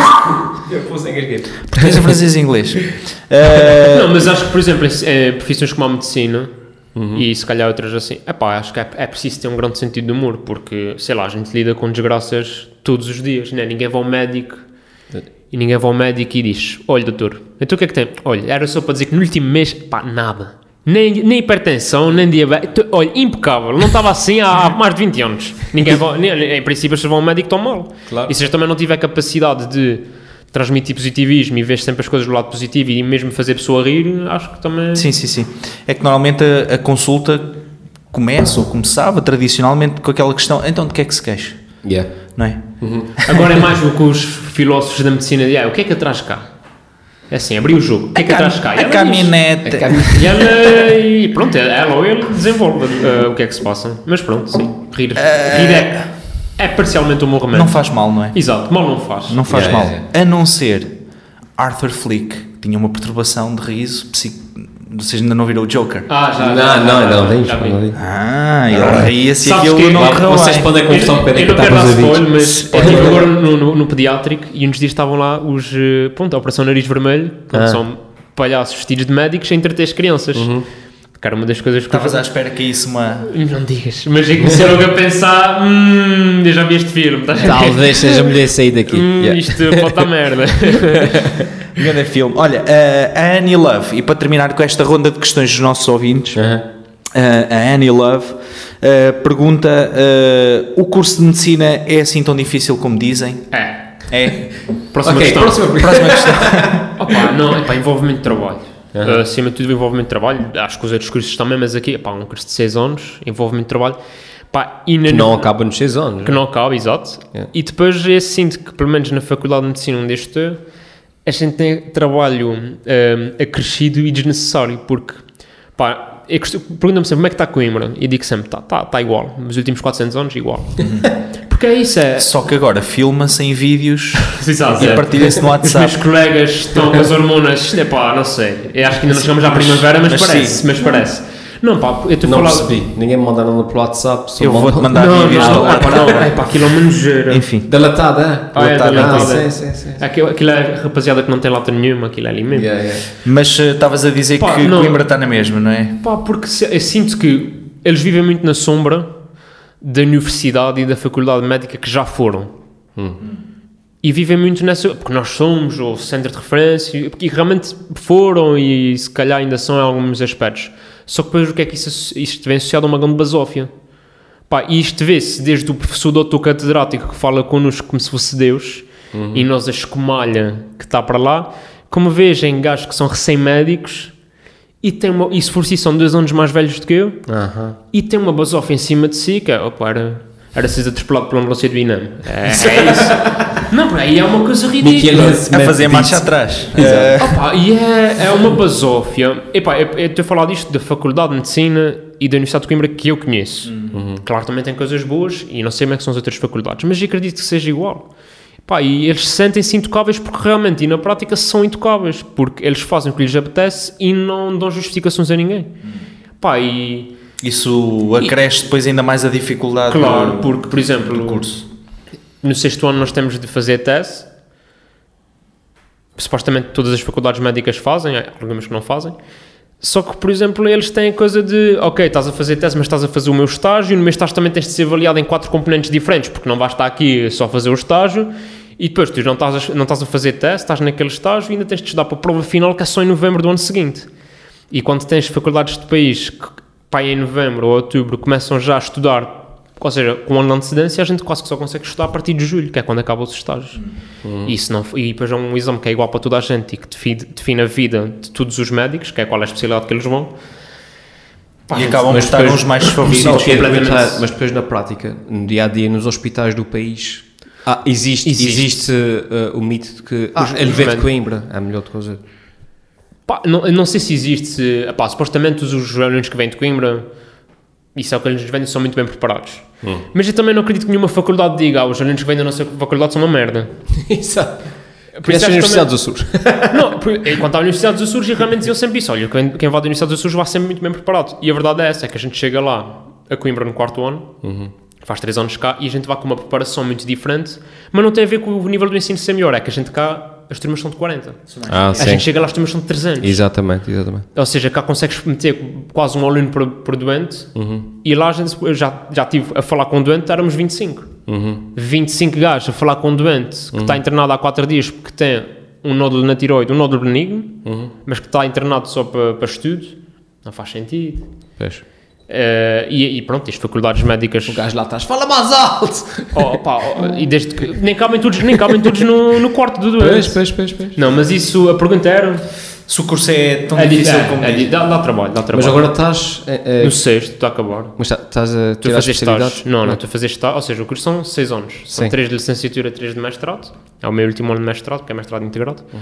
S3: Eu pus em
S1: Português, francês e inglês. Eh,
S4: Não, mas acho que, por exemplo, em- eh, profissões como a medicina e se calhar outras assim, epá, acho que é, é preciso ter um grande sentido de humor, porque, sei lá, a gente lida com desgraças todos os dias, né? ninguém vai ao médico e ninguém vai ao médico e diz, olha doutor, então o que é que tem? Olha, era só para dizer que no último mês, pá, nada. Nem, nem hipertensão, nem diabetes. Tô- Olha, impecável. Não estava assim há, há mais de 20 anos. Ninguém vai, nem- nem- em princípio, vocês vão ao médico tão mal.
S3: Claro.
S4: E se eu também não tiver capacidade de transmitir positivismo e ver sempre as coisas do lado positivo e mesmo fazer a pessoa rir, acho que também.
S1: Sim, sim, sim. É que normalmente a, a consulta começa ou começava tradicionalmente com aquela questão: então de que é que se queixa?
S3: yeah.
S1: Não é?
S4: Agora é mais o que os filósofos da medicina dizem: ah, o que é que atrás cá? É assim, abri o jogo. O que é que atrás cá? E
S1: A
S4: ela
S3: É
S1: caminete.
S4: diz. E ela. é, E pronto, ela ou ele desenvolve ah, o que é que se passa. Mas pronto, sim. Rir, rir é, é parcialmente um bom remédio.
S1: Eh, Não faz mal, não é?
S4: Exato, mal não faz.
S1: Não faz
S3: Yeah,
S1: mal.
S3: yeah,
S1: A não ser Arthur Flick, que tinha uma perturbação de riso. Psic... Vocês ainda não viram o Joker?
S4: Ah, já.
S3: Não,
S4: já, já,
S3: não,
S4: já,
S3: não,
S4: já
S3: vem,
S4: vi.
S3: não, vem.
S1: Ah, ele ria-se e
S4: É. Sabes
S1: aquilo
S4: que-
S1: não
S4: Vá,
S1: correu
S3: Vocês
S1: bem.
S3: podem conversar um
S4: Eu
S3: pena que
S4: não
S3: está
S4: quero
S3: para
S4: dar
S3: os
S4: spoiler,
S3: ouvintes.
S4: mas eu estive agora no, no, no pediátrico e uns dias estavam lá os. eh, Pronto, a Operação Nariz Vermelho, que
S3: Ah.
S4: são palhaços vestidos de médicos a entreter as crianças.
S3: Uhum.
S4: Que era uma das coisas que. eu-
S1: Estavas à espera que isso uma.
S4: Tá, Não digas, mas eu comecei logo a pensar: hum, eu já vi este filme, estás a ver?
S3: Talvez seja melhor sair daqui.
S4: Hum,
S3: Yeah.
S4: Isto pode dar merda.
S1: Grande filme. Olha, uh, a Annie Love, e para terminar com esta ronda de questões dos nossos ouvintes,
S3: Aham.
S4: é
S1: uh, a Annie Love uh, pergunta: uh, o curso de medicina é assim tão difícil como dizem?
S4: é.
S1: É.
S4: Próxima
S3: Ok,
S4: questão.
S3: próxima pergunta.
S1: Próxima questão.
S4: Opa, não, epá, envolvimento de trabalho. Uh, acima de tudo, envolvimento de trabalho. Acho que os outros cursos também, mas aqui, epá, um curso de 6 anos, envolvimento de trabalho. Pá, e na-
S3: Não acaba nos seis anos.
S4: Que não acaba, exato.
S3: Yeah.
S4: E depois eu sinto que, pelo menos na Faculdade de Medicina onde eu estou, a gente tem trabalho hum, acrescido e desnecessário, porque, pá, eu costu- perguntam-me sempre como é que está Coimbra, e digo sempre, está tá, tá igual, nos últimos 400 anos igual. porque é isso, é...
S1: Só que agora filma-se em vídeos
S4: Exato,
S1: e
S4: é.
S1: partilha-se no
S4: Os
S1: WhatsApp.
S4: meus colegas estão com as hormonas, é pá, não sei, eu acho que ainda não chegamos à primavera, mas,
S1: mas
S4: parece,
S1: sim.
S4: mas parece. Não, pá, eu estou a
S3: Não
S4: falar...
S3: percebi. Ninguém me mandou nada pelo WhatsApp. só
S1: Eu
S3: mandam-
S1: vou-te mandar
S4: Não,
S1: vídeos
S4: não,
S1: do
S4: é pá, não,
S1: WhatsApp.
S4: é pá, aquilo é uma nojeira.
S1: Enfim.
S3: Delatada, é?
S4: Ah, é,
S3: Ah, Sim,
S4: delatada.
S3: sim, sim.
S4: Aquilo, aquilo é rapaziada que não tem lata nenhuma, aquilo é ali mesmo.
S3: Yeah, yeah.
S1: Mas eh, estavas a dizer
S4: Pá,
S1: que
S4: não.
S1: Coimbra está na mesma, não é?
S4: Pá, porque se- eu sinto que eles vivem muito na sombra da universidade e da faculdade médica que já foram. E vivem muito nessa. Porque nós somos o centro de referência e, e realmente foram e se calhar ainda são em alguns aspectos. Só que depois o que é que isso, asso- isto vem associado a uma grande basófia? Pá, e isto vê-se desde o professor doutor catedrático que fala connosco como se fosse Deus e nós a escumalha que está para lá, como vejam gajos que são recém-médicos e, têm uma, e se for si são dois anos mais velhos do que eu
S3: Aham.
S4: e tem uma basófia em cima de si que é, opa, era, era ser atropelado por uma ambulância do Inam. É, é isso. Não, por aí é uma coisa ridícula.
S1: A fazer marcha atrás. Eh,
S4: Opa, e é, é uma basófia. Epá, eu eu estou a falar disto da Faculdade de Medicina e da Universidade de Coimbra que eu conheço. Uhum. Claro, também tem coisas boas e não sei como é que são as outras faculdades, mas eu acredito que seja igual. Epá, e eles se sentem-se intocáveis porque realmente, e na prática, são intocáveis, porque eles fazem o que lhes apetece e não dão justificações a ninguém. Pá, e
S1: Isso acresce depois ainda mais a dificuldade.
S4: claro,
S1: do-
S4: porque, por exemplo,
S1: do curso.
S4: No sexto ano nós temos de fazer tese. Supostamente todas as faculdades médicas fazem, há algumas que não fazem. Só que, por exemplo, eles têm a coisa de, ok, estás a fazer teste, mas estás a fazer o meu estágio, no meu estágio também tens de ser avaliado em quatro componentes diferentes, porque não vais estar aqui só a fazer o estágio, e depois tu não estás, a, não estás a fazer teste, estás naquele estágio e ainda tens de estudar para a prova final, que é só em novembro do ano seguinte. E quando tens faculdades de país que, pá, em novembro ou outubro, começam já a estudar, ou seja, com um ano de antecedência, a gente quase que só consegue estudar a partir de julho, que é quando acabam os estágios. E, se não, e depois é um exame que é igual para toda a gente e que define, define a vida de todos os médicos, que é qual é a especialidade que eles vão. Pá,
S1: E acabam por
S3: mas
S1: estar
S3: depois-
S1: uns mais
S3: Sim,
S1: favorecidos.
S4: Não,
S3: sim,
S1: que outros.
S4: é completamente.
S3: mas- mas depois na prática, no dia a dia, nos hospitais do país, ah, existe, existe.
S4: Existe.
S3: eh, o mito de que ah,
S4: Os-
S3: ele
S4: os
S3: veio de
S4: médicos.
S3: Coimbra, é a melhor coisa.
S4: Pá, não, eu não sei se existe. se- Pá, supostamente os os alunos que vêm de Coimbra, isso é o que eles nos vendem, são muito bem preparados. Mas eu também não acredito que nenhuma faculdade diga ah, os alunos que vêm da nossa faculdade são uma merda.
S3: Exato. Por
S4: Por
S3: isso
S4: isso
S3: as
S4: acho que
S3: universidades do Sul.
S4: não, por- eh, quanto à Universidade do Sul, realmente diziam sempre isso. Olha, quem, quem vai da Universidade do Sul vai sempre muito bem preparado. E a verdade é essa, é que a gente chega lá a Coimbra no quarto ano, faz três anos cá, e a gente vai com uma preparação muito diferente, mas não tem a ver com o nível do ensino ser melhor, é que a gente cá, as turmas são de 40.
S3: Ah,
S4: A gente chega lá, as turmas são de 300.
S3: Exatamente, exatamente.
S4: Ou seja, cá consegues meter quase um aluno por, por doente e lá a gente, eu já, já estive a falar com um doente, éramos 25. 25 gajos a falar com um doente que está internado há 4 dias porque tem um nódulo na tiroide, um nódulo benigno, mas que está internado só para, para estudo. Não faz sentido.
S3: Pois.
S4: Eh, e, e pronto, as faculdades médicas.
S3: O gajo lá atrás fala mais alto!
S4: Oh, pá, oh, e desde que, nem cabem todos, nem cabem todos no, no quarto do doente.
S3: Pois, pois, pois, pois.
S4: Não, mas isso, a pergunta era.
S1: Se o curso é tão
S4: é di-
S1: difícil
S4: é,
S1: como
S4: é
S1: diz.
S4: di- dá, dá trabalho, dá trabalho.
S3: Mas agora estás. eh, eh,
S4: no sexto, está a acabar.
S3: mas tá- estás a
S4: Tu
S3: tirar a
S4: fazes
S3: especialidade?
S4: estágio. Não, não, tu fazes estágio. Ou seja, o curso são 6 anos. São
S3: Sim.
S4: 3 de licenciatura, 3 de mestrado. É o meu último ano de mestrado, porque é mestrado integrado.
S3: Uhum.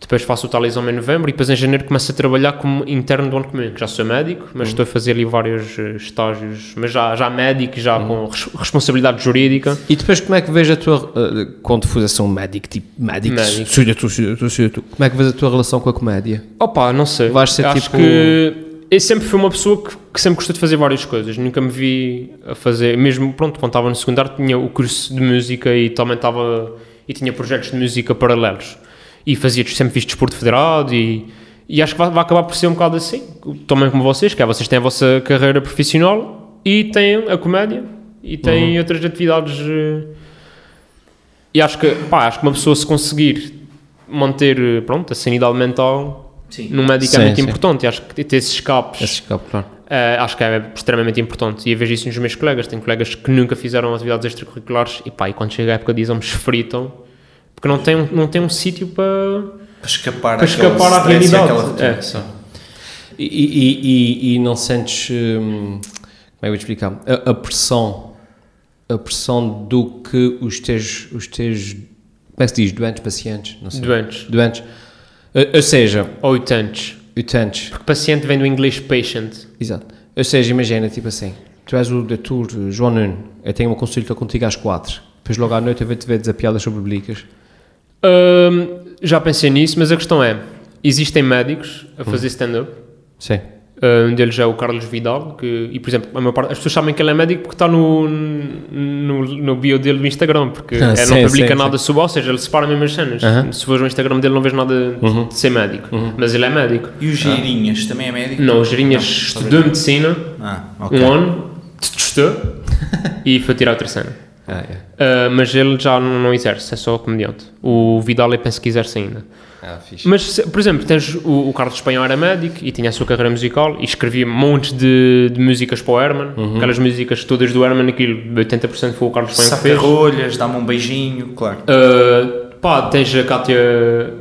S4: Depois faço o tal exame em novembro e depois em janeiro começo a trabalhar como interno do ano comum. Já sou médico, mas
S3: Uhum.
S4: estou a fazer ali vários eh, estágios, mas já, já médico, já
S3: Uhum.
S4: com res- responsabilidade jurídica.
S3: E depois como é que vês a tua, eh, quando fores a ser um médico, tipo médico,
S4: Médico.
S3: suja tu, suja tu, suja tu, como é que vês a tua relação com a comédia?
S4: Opa, não sei.
S3: Vais ser
S4: Acho
S3: tipo-
S4: que eu sempre fui uma pessoa que, que sempre gostou de fazer várias coisas. Nunca me vi a fazer. Mesmo, pronto, quando estava no secundário, tinha o curso de música e também estava. E tinha projetos de música paralelos. E fazia, sempre fiz desporto federado e. E acho que vai, vai acabar por ser um bocado assim, também como vocês, que é, vocês têm a vossa carreira profissional e têm a comédia e
S3: Uhum.
S4: têm outras atividades eh, e acho que, pá, acho que uma pessoa se conseguir manter, eh, pronto, a sanidade mental
S1: Sim.
S4: num médico
S3: Sim,
S4: é muito
S3: sim.
S4: importante. E Acho que ter esses escapes,
S3: Esses cabos, claro.
S4: eh, acho que é extremamente importante. E eu vejo isso nos meus colegas. Tenho colegas que nunca fizeram atividades extracurriculares e, pá, e quando chega a época de exames fritam porque não tem, um- não tem um sítio para...
S1: Para escapar,
S4: Para
S1: daquele
S4: escapar à
S1: stress e
S4: realidade.
S1: àquela rotina.
S4: É.
S1: Sim.
S3: E, e, e, e não sentes, hum, como é que eu vou te explicar, a, a pressão, a pressão do que os teus, os teus, como é que se diz, doentes, pacientes, não sei.
S4: Doentes.
S3: Doentes. Eh, ou seja,
S4: Ou utentes.
S3: utentes,
S4: Porque paciente vem do inglês patient.
S3: Exato. Ou seja, imagina, tipo assim, tu és o doutor João Nuno, eu tenho uma consulta contigo às quatro, depois logo à noite eu vou-te ver dizer piadas sobre bíblicas.
S4: Hum, já pensei nisso, mas a questão é, existem médicos a
S3: Hum.
S4: fazer stand-up
S3: Sim.
S4: Uh, um deles é o Carlos Vidal, que, e por exemplo, a maior parte- as pessoas sabem que ele é médico porque está no, no, no bio dele do Instagram, porque
S3: Ah,
S4: ele
S3: sim,
S4: não publica
S3: sim,
S4: nada sobre, ou seja, ele separa mesmo as cenas.
S3: Aham. Uhum.
S4: Se fores no Instagram dele, não vês nada de- de ser médico, mas ele é médico.
S1: E os girinhas também é médico?
S4: Não, o
S3: Ah,
S4: Gerinhas estudou medicina
S1: Ah, ok.
S4: um ano, testou e foi tirar a terceira.
S3: Ah, é.
S4: Uh, mas ele já não, não exerce, é só comediante. O Vidal, eu penso que exerce ainda.
S3: Ah, fixe.
S4: Mas, se- por exemplo, tens o, o Carlos Espanhol era médico e tinha a sua carreira musical e escrevia montes de, de músicas para o Herman,
S1: Uhum.
S4: aquelas músicas todas do Herman, aquilo 80% foi o Carlos Espanhol que fez.
S1: Sacarrolhas, dá-me um beijinho, claro.
S4: Uh, pá, tens a Cátia,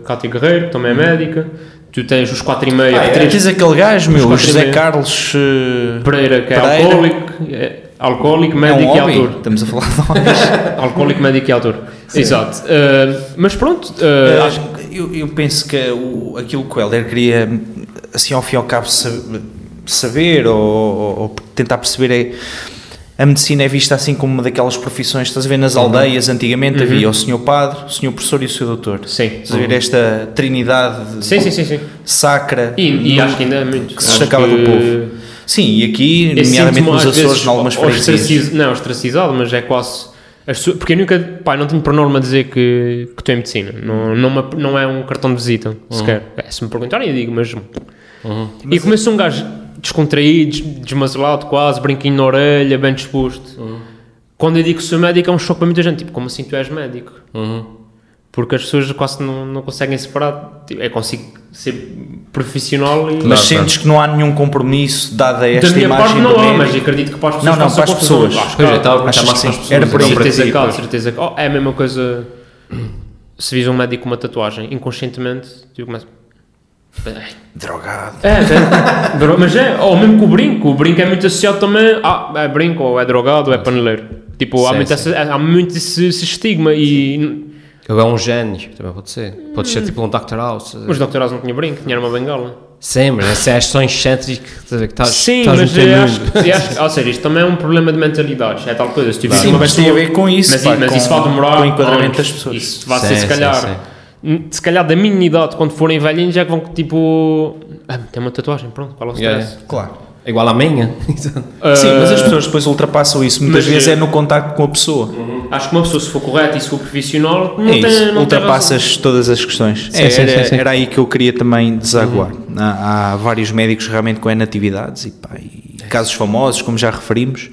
S4: Cátia Guerreiro, que também é médica. Tu tens os 4 e meia,
S1: Uhum. Ah,
S4: três- é.
S1: tens aquele gajo, meu, o
S4: quatro
S1: José
S4: meses.
S1: Carlos eh,
S4: Pereira, que é
S1: Pereira.
S4: alcoólico, é alcoólico,
S1: É um
S4: médico e
S1: hobby?
S4: autor.
S1: Estamos a falar de um hobbies.
S4: Alcoólico, médico e autor. Exato. Uh, mas pronto, uh,
S1: Eh,
S4: acho
S1: eu, eu penso que o, aquilo que o Helder queria, assim, ao fim e ao cabo, sa- saber ou, ou- ou tentar perceber é. A medicina é vista assim como uma daquelas profissões, estás a ver,
S4: Uhum.
S1: nas aldeias, antigamente havia o senhor padre, o senhor professor e o senhor doutor.
S4: Sim.
S1: Estás a ver esta trinidade de-
S4: Uhum. Sim, sim, sim, sim.
S1: sacra
S4: E, e
S1: no-
S4: acho que ainda é muito.
S1: que se
S4: Acho
S1: destacava do
S4: que-
S1: povo. Sim, e aqui,
S4: Eu
S1: nomeadamente
S4: sinto-me
S1: nos
S4: às
S1: Açores,
S4: vezes
S1: em algumas freguesias.
S4: ostraciz- Não, ostracizado, mas é quase. as su- Porque eu nunca. Pá, não tenho por norma dizer que,
S1: Uhum.
S4: que estou em medicina. Não, não, me- não é um cartão de visita sequer. É, se me perguntarem, eu digo, mas. E começa um gajo descontraído, des- desmazelado quase, brinquinho na orelha, bem disposto.
S1: Uhum.
S4: Quando eu digo que sou médico é um choque para muita gente. Tipo, como assim tu és médico?
S1: Uhum.
S4: Porque as pessoas quase não, não conseguem separar. Tipo, eu consigo ser profissional e...
S1: Mas
S5: Claro,
S1: sentes que não há nenhum compromisso dada esta
S4: da minha
S1: imagem
S4: parte não
S1: do
S4: há,
S1: médico.
S4: mas acredito que para as pessoas
S1: Não, não, para
S4: façam
S1: as
S4: confusão.
S1: pessoas.
S3: Pois
S4: Ah,
S3: é,
S4: claro.
S3: estava a perguntar
S1: Achas
S3: mais
S1: que
S3: para as
S1: sim?
S3: pessoas.
S1: Era por
S3: não
S1: aí.
S3: para ti,
S4: certeza que há,
S3: pois.
S4: certeza que há. Oh, é a mesma coisa se vis um médico com uma tatuagem, inconscientemente, tu começas.
S1: Drogado.
S4: É, é, dro- mas é, ou mesmo com o brinco, o brinco é muito associado também a é brinco, ou é drogado, ou é paneleiro. Tipo, há
S3: Sim,
S4: muito,
S3: sim.
S4: essa- há muito esse, esse estigma e.
S3: Ou é um gênio, também pode ser. Pode ser tipo um Dr. House.
S4: Mas o Dr. House não tinha brinco, tinha uma bengala.
S3: Sim, mas esse é só excêntrico. estás a ver, que estás-
S4: Sim,
S3: estás no
S4: mas
S3: teu
S4: eu
S3: mundo.
S4: acho, que- eu acho que- Ou seja, isto também é um problema de mentalidades, é tal coisa. Se tiver
S1: Sim,
S4: uma
S1: mas tem a ver com isso,
S4: Mas,
S1: pá,
S4: mas
S1: com-
S4: isso vai demorar.
S1: com o enquadramento
S4: anos.
S1: das pessoas.
S4: Isso vai
S3: Sim,
S4: ser, se
S3: sim,
S4: calhar.
S3: sim.
S4: n- Se calhar da minha idade, quando forem velhinhos, já que vão tipo. "Ah, tem uma tatuagem, pronto, qual é o
S3: Yeah,
S4: stress?
S3: yeah.
S1: Claro.
S3: Igual à minha.
S1: Sim, mas as pessoas depois ultrapassam isso. Muitas
S4: mas-
S1: vezes é no contacto com a pessoa.
S4: Acho que uma pessoa, se for correta e se for profissional, não
S1: É
S4: tem.
S1: isso,
S4: não tem
S1: ultrapassas todas as questões. É,
S3: sim,
S1: era,
S3: sim, sim.
S1: era aí que eu queria também desaguar. Uhum. Há, há vários médicos realmente com enatividades e, pá, e casos famosos, como já referimos,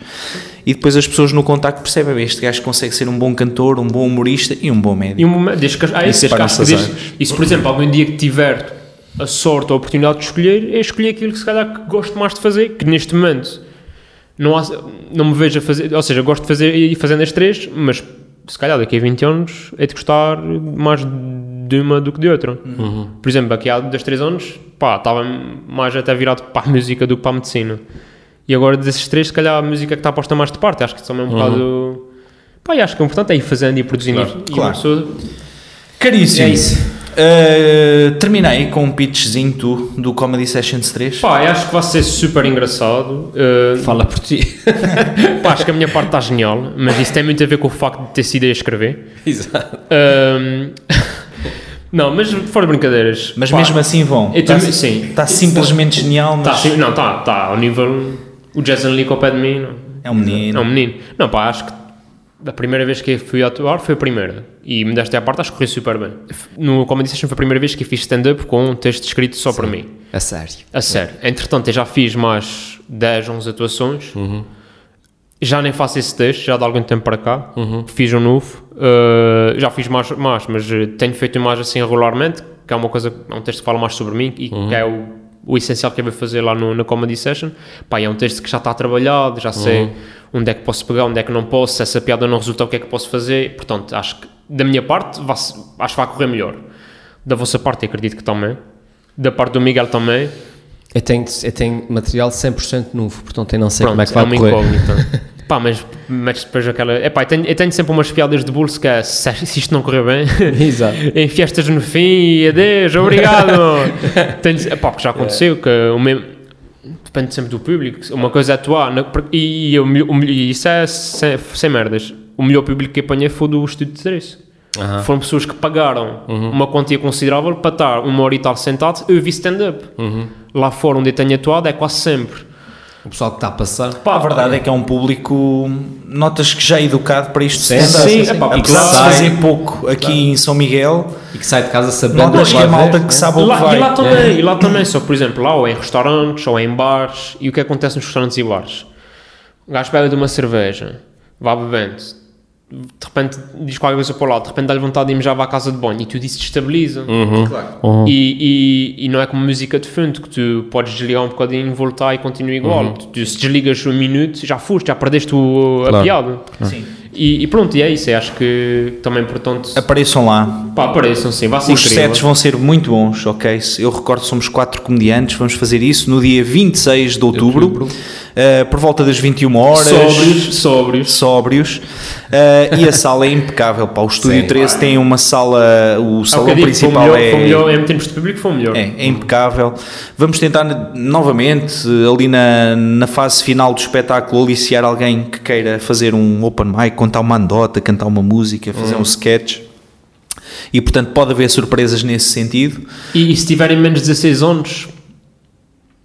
S1: e depois as pessoas no contacto percebem: "Bem, este gajo consegue ser um bom cantor, um bom humorista e um bom
S4: E
S1: médico.
S4: um momento, desde que, ah,
S1: Isso
S4: isso, desde que acho que
S1: separa-se as
S4: desde- e se, por exemplo, algum dia que tiver a sorte ou a oportunidade de escolher, eu escolhi aquilo que se calhar que gosto mais de fazer, que neste momento não, há- não me vejo a fazer, ou seja, gosto de fazer e fazendo as três, mas se calhar daqui a 20 anos é de gostar mais de uma do que de outra.
S3: Hum. Uhum.
S4: Por exemplo, daqui a 2, 3 anos, pá, estava mais até virado para a música do que para a medicina. E agora desses três, se calhar a música que está posta mais de parte, acho que também é um bocado. Pá, e acho que o importante é ir fazendo e produzindo
S5: Claro.
S4: e, e
S1: Claro.
S4: uma pessoa
S1: Caríssimo.
S4: É
S1: Uh, terminei com um pitchzinho tu do Comedy Sessions 3.
S4: Pá, eu acho que vai ser super engraçado. Uh,
S3: Fala por ti.
S4: pá, acho que a minha parte está genial, mas isso tem muito a ver com o facto de ter sido eu a escrever.
S3: Exato.
S4: Um, não, mas fora de brincadeiras.
S1: Mas
S4: pá,
S1: mesmo assim vão.
S4: Eu
S1: Está
S4: também, sim.
S1: está simplesmente genial, mas
S4: Tá, sim, não, está, está. Ao nível. O Jason Lee com o pé de mim. Não.
S1: é um menino.
S4: É um menino. Não, pá, acho que da primeira vez que eu fui atuar foi a primeira. E me deste a parte, acho que correu super bem. No Comedy Session foi a primeira vez que eu fiz stand-up com um texto escrito só para mim.
S3: A sério.
S4: A sério. Entretanto, eu já fiz mais 10, 11 atuações. Já nem faço esse texto, já de algum tempo para cá. Fiz um novo. Uh, já fiz mais, mais, mas uh, tenho feito mais assim regularmente, que é uma coisa, é um texto que fala mais sobre mim e que é o, o essencial que eu vou fazer lá no, na Comedy Session. Pá, e é um texto que já está trabalhado, já sei onde é que posso pegar, onde é que não posso, se essa piada não resulta, o que é que posso fazer. Portanto, acho que da minha parte, vai- acho que vai correr melhor. Da vossa parte, eu acredito que também. Da parte do Miguel também.
S3: Eu tenho, eu tenho material 100% novo, portanto eu não sei
S4: Pronto,
S3: como é que
S4: é
S3: vai
S4: uma
S3: correr.
S4: incógnita. Pá, mas, mas depois aquela. Epá, eu tenho, eu tenho sempre umas piadas de bolso que é, se, se isto não correr bem,
S3: Exato.
S4: em festas no fim, e adeus, obrigado. tenho, epá, porque já
S3: É.
S4: aconteceu que o mesmo. Depende sempre do público. Uma coisa é atuar, na- porque- e, e o melhor- o melhor- e isso é sem, sem merdas. O melhor público que apanhei foi do estúdio de Cereço. Foram pessoas que pagaram
S3: Uhum.
S4: uma quantia considerável para estar uma hora e tal sentado. Eu vi stand-up.
S3: Uhum.
S4: Lá fora onde eu tenho atuado é quase sempre.
S3: O pessoal que está a passar.
S1: Pá, a verdade é que é um público, notas que já é educado para isto. de
S3: Sim,
S1: stand-up.
S4: sim, sim. Epá,
S1: Apesar
S4: porque
S1: de
S3: sai.
S1: fazer pouco aqui em São Miguel,
S3: E que sai de casa sabendo
S1: notas
S3: que
S1: que é
S3: vai
S1: malta
S3: ver,
S1: que
S3: né?
S1: sabe o que
S4: Lá, e lá
S1: vai. É.
S4: também, e lá também, só que, por exemplo, lá ou é em restaurantes ou em bares, e o que acontece nos restaurantes e bares? O gajo bebe de uma cerveja, vai bebendo, de repente diz qualquer coisa para o lado, de repente dá-lhe vontade de ir já à casa de banho e tudo isso destabiliza.
S1: Uhum.
S3: Oh.
S4: E, e, e não é como música de fundo que tu podes desligar um bocadinho, voltar e continua igual.
S1: Uhum.
S4: Tu, tu se desligas um minuto, já foste, já perdeste o- a
S3: Claro.
S4: piada. E, e pronto, e é isso. Eu acho que também, portanto,
S1: Apareçam lá,
S4: pá, apareçam sim, vai ser
S1: É Os
S4: incrível.
S1: sets vão ser muito bons, ok? Se Eu recordo que somos quatro comediantes, vamos fazer isso no dia 26 de outubro, eh, por volta das 21 horas.
S4: Sóbrios, sóbrios.
S1: Sóbrios. Eh, e a sala é impecável, pá. O Estúdio
S3: Sim.
S1: 13 tem uma sala, o
S4: Há um
S1: salão
S4: bocadinho,
S1: principal
S4: Ah, foi o melhor,
S1: é.
S4: foi o melhor, em termos de público foi o melhor.
S1: É, é impecável. Vamos tentar n- novamente, eh, ali na, na fase final do espetáculo, aliciar alguém que queira fazer um open mic, contar uma anedota, cantar uma música, fazer
S4: Hum.
S1: um sketch. E portanto pode haver surpresas nesse sentido.
S4: E, e se tiverem menos de 16 anos,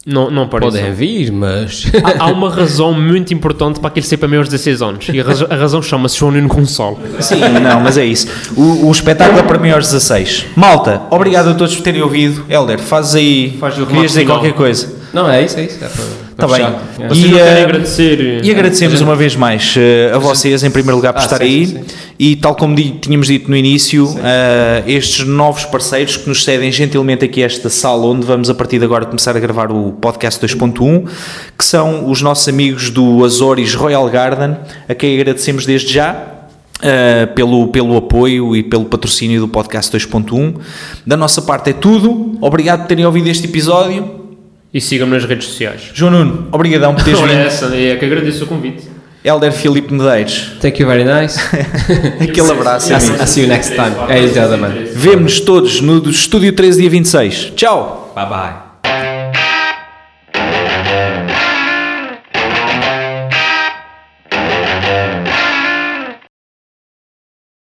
S4: Não, não apareçam.
S3: Podem vir, mas.
S4: Há, há uma razão muito importante para aquele ser para maiores de 16 anos. E a razão, a razão chama-se João Nuno Gonçalo.
S1: Sim, não, mas é isso. O, o espetáculo é para maiores 16. Malta, obrigado a todos por terem ouvido. Helder, fazes aí.
S4: Faz o
S1: querias
S4: remate
S1: dizer
S4: final.
S1: qualquer coisa.
S3: não, é isso, é isso. É para,
S1: Está
S3: para
S1: bem.
S3: fechar. É.
S4: Vocês não
S1: eh,
S4: querem agradecer.
S1: E agradecemos uma vez mais eh, a vocês, em primeiro lugar, por
S3: Ah,
S1: estar
S3: sim,
S1: aí.
S3: sim, sim.
S1: E tal como di- tínhamos dito no início, eh, estes novos parceiros que nos cedem gentilmente aqui esta sala onde vamos a partir de agora começar a gravar o podcast 2.1, que são os nossos amigos do Azores Royal Garden, a quem agradecemos desde já. eh, pelo, pelo apoio e pelo patrocínio do podcast 2.1. Da nossa parte é tudo. Obrigado por terem ouvido este episódio.
S4: E sigam-me nas redes sociais.
S1: João Nuno, obrigadão por teres
S4: Olha
S1: vindo.
S4: essa, é que agradeço o convite.
S1: Helder Filipe Medeiros.
S3: Thank you very nice.
S1: Aquele abraço.
S3: I'll
S1: amigo.
S3: see- I'll see you next time. É isso, Adam.
S1: Vemo-nos todos no do Estúdio 13, dia 26. Tchau!
S3: Bye bye.